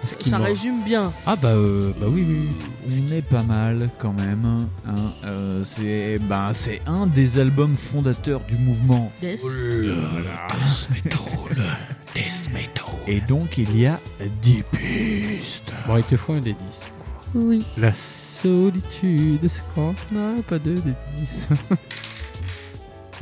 [SPEAKER 3] Ce qui
[SPEAKER 2] Ça
[SPEAKER 3] m'en-
[SPEAKER 2] résume bien.
[SPEAKER 3] Ah bah, euh, bah oui, oui, oui.
[SPEAKER 4] On est pas mal quand même. hein. Euh, c'est ben, c'est un des albums fondateurs du mouvement
[SPEAKER 2] Yes.
[SPEAKER 3] Death metal. Death metal.
[SPEAKER 4] Et donc il y a 10 pistes.
[SPEAKER 3] Bon, Bah, il te faut un des 10.
[SPEAKER 2] Oui.
[SPEAKER 3] La solitude, c'est quand on n'a pas Bah, deux des 10.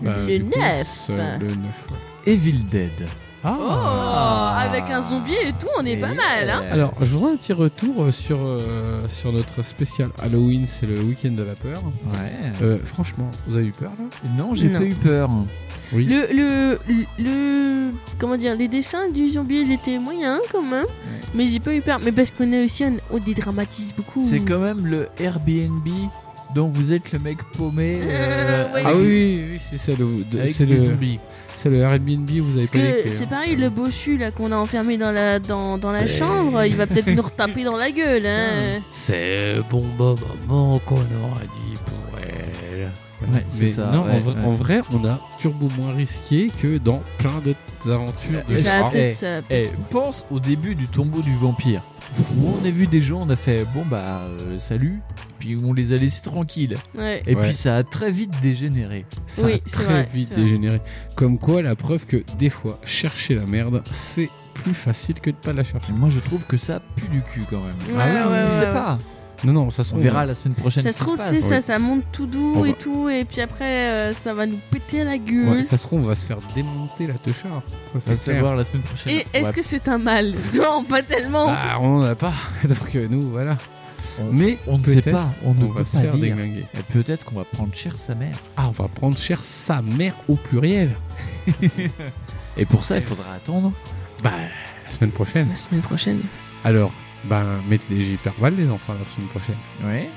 [SPEAKER 2] Le neuf.
[SPEAKER 3] Le 9.
[SPEAKER 4] Evil Dead.
[SPEAKER 2] Oh, avec un zombie et tout, on est pas mal, hein.
[SPEAKER 3] Alors, je voudrais un petit retour euh, sur, euh, sur notre spécial Halloween, c'est le week-end de la peur.
[SPEAKER 4] Ouais.
[SPEAKER 3] Euh, franchement, vous avez eu peur là
[SPEAKER 4] non, j'ai
[SPEAKER 2] non.
[SPEAKER 4] pas eu peur.
[SPEAKER 3] Oui.
[SPEAKER 2] Le, le, le, comment dire, les dessins du zombie, il était moyen quand même. Mais j'ai pas eu peur. Mais parce qu'on a aussi, un- on dédramatise beaucoup.
[SPEAKER 4] C'est quand même le Airbnb dont vous êtes le mec paumé. euh,
[SPEAKER 2] Oui.
[SPEAKER 3] Ah oui, oui, oui, c'est ça le, de-
[SPEAKER 4] Avec
[SPEAKER 3] c'est
[SPEAKER 4] des
[SPEAKER 3] le,
[SPEAKER 4] zombies.
[SPEAKER 3] c'est hein. le Airbnb, vous avez
[SPEAKER 2] Parce
[SPEAKER 3] pas
[SPEAKER 2] que
[SPEAKER 3] eu
[SPEAKER 2] c'est pareil, le bossu là qu'on a enfermé dans la, dans, dans la chambre, il va peut-être nous retaper dans la gueule. Hein.
[SPEAKER 3] C'est bon moment qu'on aura dit pour elle.
[SPEAKER 4] Ouais, c'est
[SPEAKER 3] Mais
[SPEAKER 4] ça,
[SPEAKER 3] non,
[SPEAKER 4] ouais,
[SPEAKER 3] en, vrai,
[SPEAKER 4] ouais.
[SPEAKER 3] en vrai, on a turbo moins risqué que dans plein d'autres aventures. de
[SPEAKER 4] Et
[SPEAKER 2] Ça
[SPEAKER 3] genre.
[SPEAKER 4] ça, eh,
[SPEAKER 2] va peut-être. ça va
[SPEAKER 4] Eh,
[SPEAKER 2] peut-être.
[SPEAKER 4] pense au début du tombeau du vampire. Où on a vu des gens, on a fait bon bah euh, salut, puis on les a laissés tranquilles.
[SPEAKER 2] Ouais.
[SPEAKER 4] Et
[SPEAKER 3] Ouais.
[SPEAKER 4] puis ça a très vite dégénéré.
[SPEAKER 3] ça
[SPEAKER 2] Oui,
[SPEAKER 3] a
[SPEAKER 2] c'est
[SPEAKER 3] très
[SPEAKER 2] vrai,
[SPEAKER 3] vite
[SPEAKER 2] c'est vrai.
[SPEAKER 3] dégénéré. Comme quoi, la preuve que des fois, chercher la merde, c'est plus facile que de pas la chercher.
[SPEAKER 4] Et moi je trouve que ça pue du cul quand même.
[SPEAKER 2] Ouais, ouais,
[SPEAKER 4] on
[SPEAKER 2] ouais,
[SPEAKER 4] sait
[SPEAKER 2] ouais.
[SPEAKER 4] pas.
[SPEAKER 3] Non, non, ça se
[SPEAKER 4] On
[SPEAKER 3] trouve,
[SPEAKER 4] verra la semaine prochaine.
[SPEAKER 2] Ça
[SPEAKER 4] ce
[SPEAKER 2] se
[SPEAKER 4] qui
[SPEAKER 2] trouve, tu
[SPEAKER 4] passe.
[SPEAKER 2] sais,
[SPEAKER 3] oui.
[SPEAKER 2] ça, ça monte tout doux
[SPEAKER 3] On
[SPEAKER 2] et
[SPEAKER 3] va-
[SPEAKER 2] tout, et puis après, euh, ça va nous péter la
[SPEAKER 3] on-
[SPEAKER 2] gueule.
[SPEAKER 3] ouais, ça se trouve, on va se faire démonter la teuchard. Ça,
[SPEAKER 4] On Mhm. va
[SPEAKER 3] c'est clair.
[SPEAKER 4] savoir la semaine prochaine.
[SPEAKER 2] Et est-ce
[SPEAKER 4] Ouais.
[SPEAKER 2] que c'est un mal Non, pas tellement.
[SPEAKER 3] Bah, on en a pas. Donc, euh, nous, voilà. Mais
[SPEAKER 4] on ne sait
[SPEAKER 3] peut-être
[SPEAKER 4] pas, on ne
[SPEAKER 3] On
[SPEAKER 4] peut
[SPEAKER 3] va se faire
[SPEAKER 4] pas dire.
[SPEAKER 3] déglinguer.
[SPEAKER 4] Et Peut-être qu'on va prendre cher sa mère.
[SPEAKER 3] Ah, on va prendre cher sa mère au pluriel.
[SPEAKER 4] Et pour ça, il faudra attendre.
[SPEAKER 3] Bah, la semaine prochaine.
[SPEAKER 2] La semaine prochaine.
[SPEAKER 3] Alors, ben, mettez des hyperballes les enfants la semaine prochaine.
[SPEAKER 4] Ouais.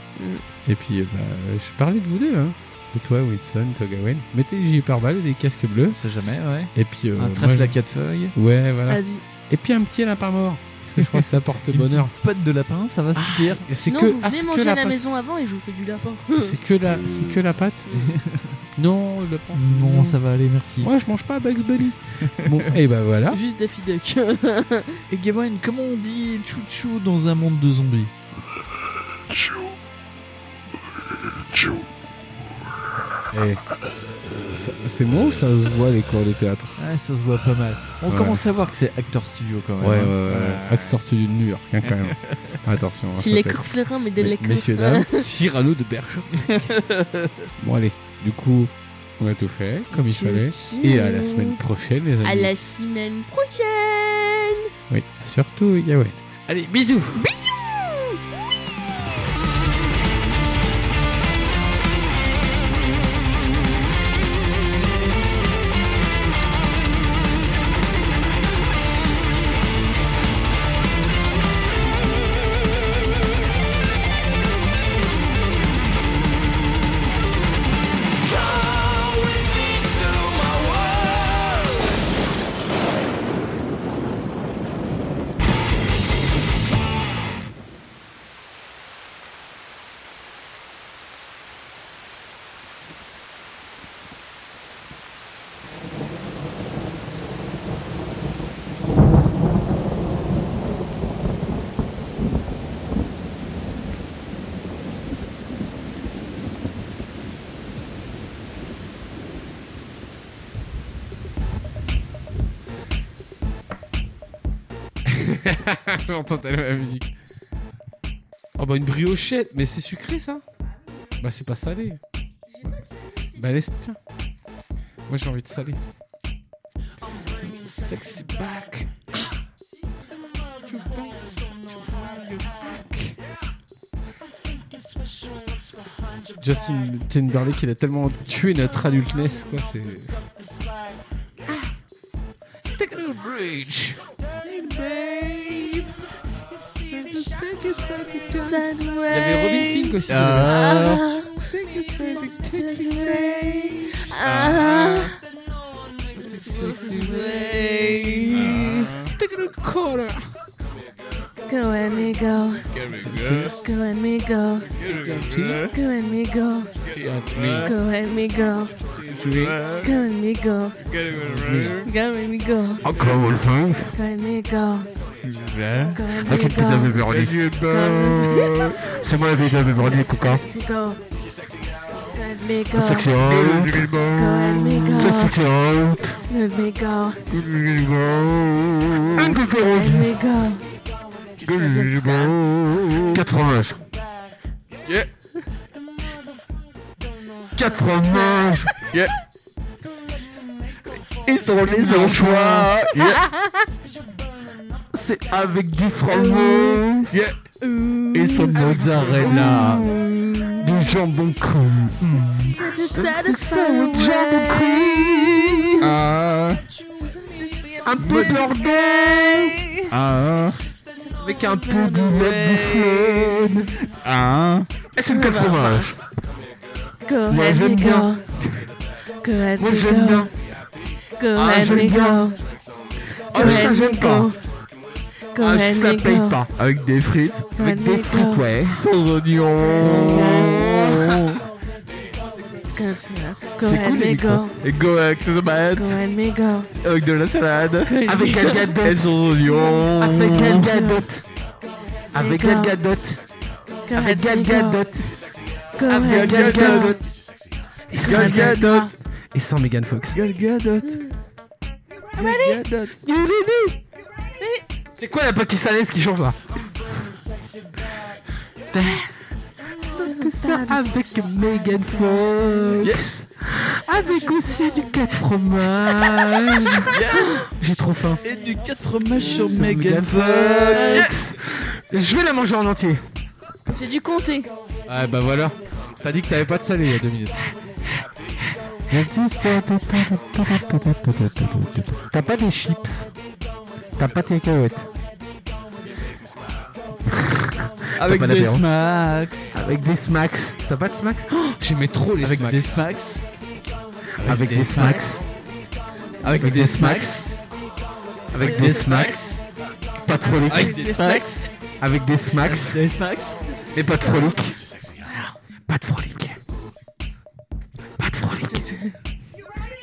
[SPEAKER 3] Et puis, euh, bah, je parlais de vous deux, hein. Et toi, Wilson, toi, Gawain. Mettez des hyperballes et des casques bleus.
[SPEAKER 4] On sait jamais, ouais.
[SPEAKER 3] Et puis, euh,
[SPEAKER 4] Un
[SPEAKER 3] moi,
[SPEAKER 4] trèfle
[SPEAKER 3] je-
[SPEAKER 4] à quatre feuilles.
[SPEAKER 3] Ouais, voilà.
[SPEAKER 2] Vas-y.
[SPEAKER 3] Et puis un petit lapin mort. Ça, je crois que ça porte
[SPEAKER 4] Une
[SPEAKER 3] bonheur.
[SPEAKER 4] petite patte de lapin, Ah, ça va suffire.
[SPEAKER 3] Et C'est
[SPEAKER 2] Sinon,
[SPEAKER 3] que,
[SPEAKER 2] vous
[SPEAKER 3] ah,
[SPEAKER 2] venez
[SPEAKER 3] c'est que
[SPEAKER 2] manger à
[SPEAKER 3] la
[SPEAKER 2] la
[SPEAKER 3] pâte. Ah,
[SPEAKER 2] maison avant et je vous fais du lapin.
[SPEAKER 3] C'est que la, c'est que la pâte. non, le lapin. c'est
[SPEAKER 4] Non,
[SPEAKER 3] bon.
[SPEAKER 4] ça va aller, merci.
[SPEAKER 3] Moi, je mange pas Bugs Bunny. bon, et bah voilà.
[SPEAKER 2] Juste Daffy Duck.
[SPEAKER 4] Et Gawain, comment on dit chouchou dans un monde de zombies
[SPEAKER 5] Chou. Chou.
[SPEAKER 3] Eh, ça- c'est moi ou ça se voit les cours de théâtre
[SPEAKER 4] Ah,
[SPEAKER 5] Ouais, ça se voit pas mal. On
[SPEAKER 3] Ouais.
[SPEAKER 5] commence à voir que c'est Actor Studio quand même.
[SPEAKER 3] Ouais, ouais,
[SPEAKER 5] hein.
[SPEAKER 3] ouais. Axe sorti du New York, hein, quand même. Attention. hein,
[SPEAKER 2] Si
[SPEAKER 3] ça
[SPEAKER 2] les
[SPEAKER 3] peut être-
[SPEAKER 2] corflérins, mais de
[SPEAKER 3] Mais-
[SPEAKER 2] les
[SPEAKER 3] Messieurs, dames, Cyrano de Berger. bon, allez, du coup, on a tout fait, comme il fallait. Et à la semaine prochaine, les amis.
[SPEAKER 2] À la semaine prochaine
[SPEAKER 3] Oui, surtout Yahweh. Allez, bisous J'entends tellement la musique. Oh bah une briochette, mais c'est sucré ça Bah c'est pas salé. Bah laisse, tiens. Moi j'ai envie de salé. Sexy back. Justin Timberlake, il a tellement tué notre adultness, quoi, c'est... Take us a bridge Il y avait Robin Fink aussi.
[SPEAKER 2] Euh,
[SPEAKER 5] Ah.
[SPEAKER 2] Ah.
[SPEAKER 3] Take it a corner.
[SPEAKER 2] Go and me go, go and me go, go and me go, go and me go, go and me go, go and me go,
[SPEAKER 3] Ah,
[SPEAKER 2] go and me go, go and me go.
[SPEAKER 4] C'est moi la vieille de Beverly, Pouka.
[SPEAKER 2] Go. Let me go.
[SPEAKER 4] Sexy Hall.
[SPEAKER 2] Go and me go.
[SPEAKER 4] Sexy Hall.
[SPEAKER 2] Let me go.
[SPEAKER 4] Un coquereau.
[SPEAKER 2] Let me go.
[SPEAKER 4] 80. 80.
[SPEAKER 7] Yeah.
[SPEAKER 4] Ils sont les anchois. Yeah. C'est avec du fromage.
[SPEAKER 7] Yeah.
[SPEAKER 4] Et son mozzarella. Du jambon cru.
[SPEAKER 2] Just try to find a way.
[SPEAKER 4] Ah. Un peu d'ordon. Ah. Avec un peu de lait de fleuve. Ah. Et c'est le 80.
[SPEAKER 2] Go
[SPEAKER 4] Moi,
[SPEAKER 2] let me
[SPEAKER 4] j'aime
[SPEAKER 2] go.
[SPEAKER 4] bien.
[SPEAKER 2] Go let
[SPEAKER 4] Moi
[SPEAKER 2] me
[SPEAKER 4] j'aime
[SPEAKER 2] go.
[SPEAKER 4] bien.
[SPEAKER 2] Go
[SPEAKER 4] Ah,
[SPEAKER 2] let
[SPEAKER 4] j'aime
[SPEAKER 2] me
[SPEAKER 4] bien.
[SPEAKER 2] go.
[SPEAKER 4] Oh, ça
[SPEAKER 2] Go let me
[SPEAKER 4] j'aime
[SPEAKER 2] go.
[SPEAKER 4] pas.
[SPEAKER 2] Go
[SPEAKER 4] Ah,
[SPEAKER 2] let
[SPEAKER 4] je la
[SPEAKER 2] me
[SPEAKER 4] paye
[SPEAKER 2] go.
[SPEAKER 4] pas. Avec des frites.
[SPEAKER 2] Go let
[SPEAKER 4] Avec
[SPEAKER 2] me
[SPEAKER 4] des frites,
[SPEAKER 2] go.
[SPEAKER 4] ouais. Sans oignons.
[SPEAKER 2] Go ça. Go
[SPEAKER 4] C'est
[SPEAKER 2] let
[SPEAKER 4] cool, les
[SPEAKER 2] me go.
[SPEAKER 4] Et go euh, avec des tomates.
[SPEAKER 2] Go let me go.
[SPEAKER 4] Avec de la salade.
[SPEAKER 2] Avec
[SPEAKER 4] Avec Gal Gadot. Et sans oignons. Avec Gal Gadot. Avec Gal Gadot.
[SPEAKER 2] Go
[SPEAKER 4] Avec
[SPEAKER 2] let
[SPEAKER 4] Gal
[SPEAKER 2] me go.
[SPEAKER 4] Gadot.
[SPEAKER 2] Go let
[SPEAKER 4] Avec
[SPEAKER 2] me
[SPEAKER 4] Gal
[SPEAKER 2] go.
[SPEAKER 4] Gadot. Et sans Gal Gadot. Et sans Megan Fox. Gal Gadot. C'est quoi la pakistanaise qui chante là Avec Megan Fox. Avec aussi du 4 fromage. J'ai trop faim.
[SPEAKER 5] Et du 4 matchs sur
[SPEAKER 4] Megan Fox. Je vais la manger en entier.
[SPEAKER 2] J'ai dû compter.
[SPEAKER 3] Ah bah voilà. T'as dit que t'avais pas de salé il y a deux minutes.
[SPEAKER 4] T'as pas des chips. T'as pas tes cacahuètes.
[SPEAKER 5] Avec
[SPEAKER 4] T'as pas
[SPEAKER 5] des
[SPEAKER 4] d'apéro.
[SPEAKER 5] smacks.
[SPEAKER 4] Avec des smacks. T'as pas de smacks
[SPEAKER 3] J'aimais trop les
[SPEAKER 5] Avec
[SPEAKER 3] smacks.
[SPEAKER 5] des smacks.
[SPEAKER 4] Avec des smacks.
[SPEAKER 5] Avec des smacks.
[SPEAKER 4] Avec des smacks. Pas trop
[SPEAKER 5] Avec
[SPEAKER 4] liquides.
[SPEAKER 5] des smacks.
[SPEAKER 4] Avec des smacks.
[SPEAKER 5] Des smacks.
[SPEAKER 4] Mais pas de frolic. Pas de frolic. Pas de frolic.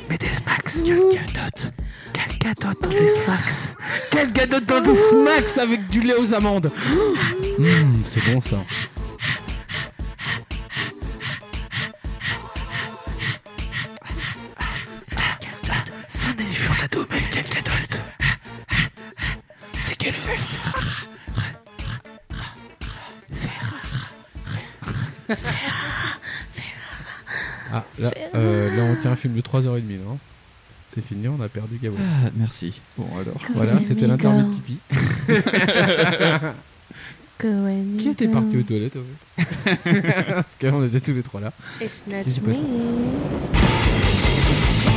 [SPEAKER 4] Mais des smacks. Calcadote. Calcadote dans des smacks. Calcadote dans des smacks avec du lait aux amandes.
[SPEAKER 3] Hum, c'est bon ça.
[SPEAKER 2] cadeau, mais quel cadeau T'es quel
[SPEAKER 3] Ah, là, euh, là, on tient un film de 3h30, non C'est fini, on a perdu Gabo.
[SPEAKER 5] Euh,
[SPEAKER 4] Ah, merci. Bon, alors.
[SPEAKER 3] Voilà, c'était l'interlude Tipeee.
[SPEAKER 8] Qui
[SPEAKER 3] Qui était parti aux toilettes en fait Parce qu'on était tous les trois là.
[SPEAKER 8] It's not
[SPEAKER 3] Je sais pas
[SPEAKER 8] me.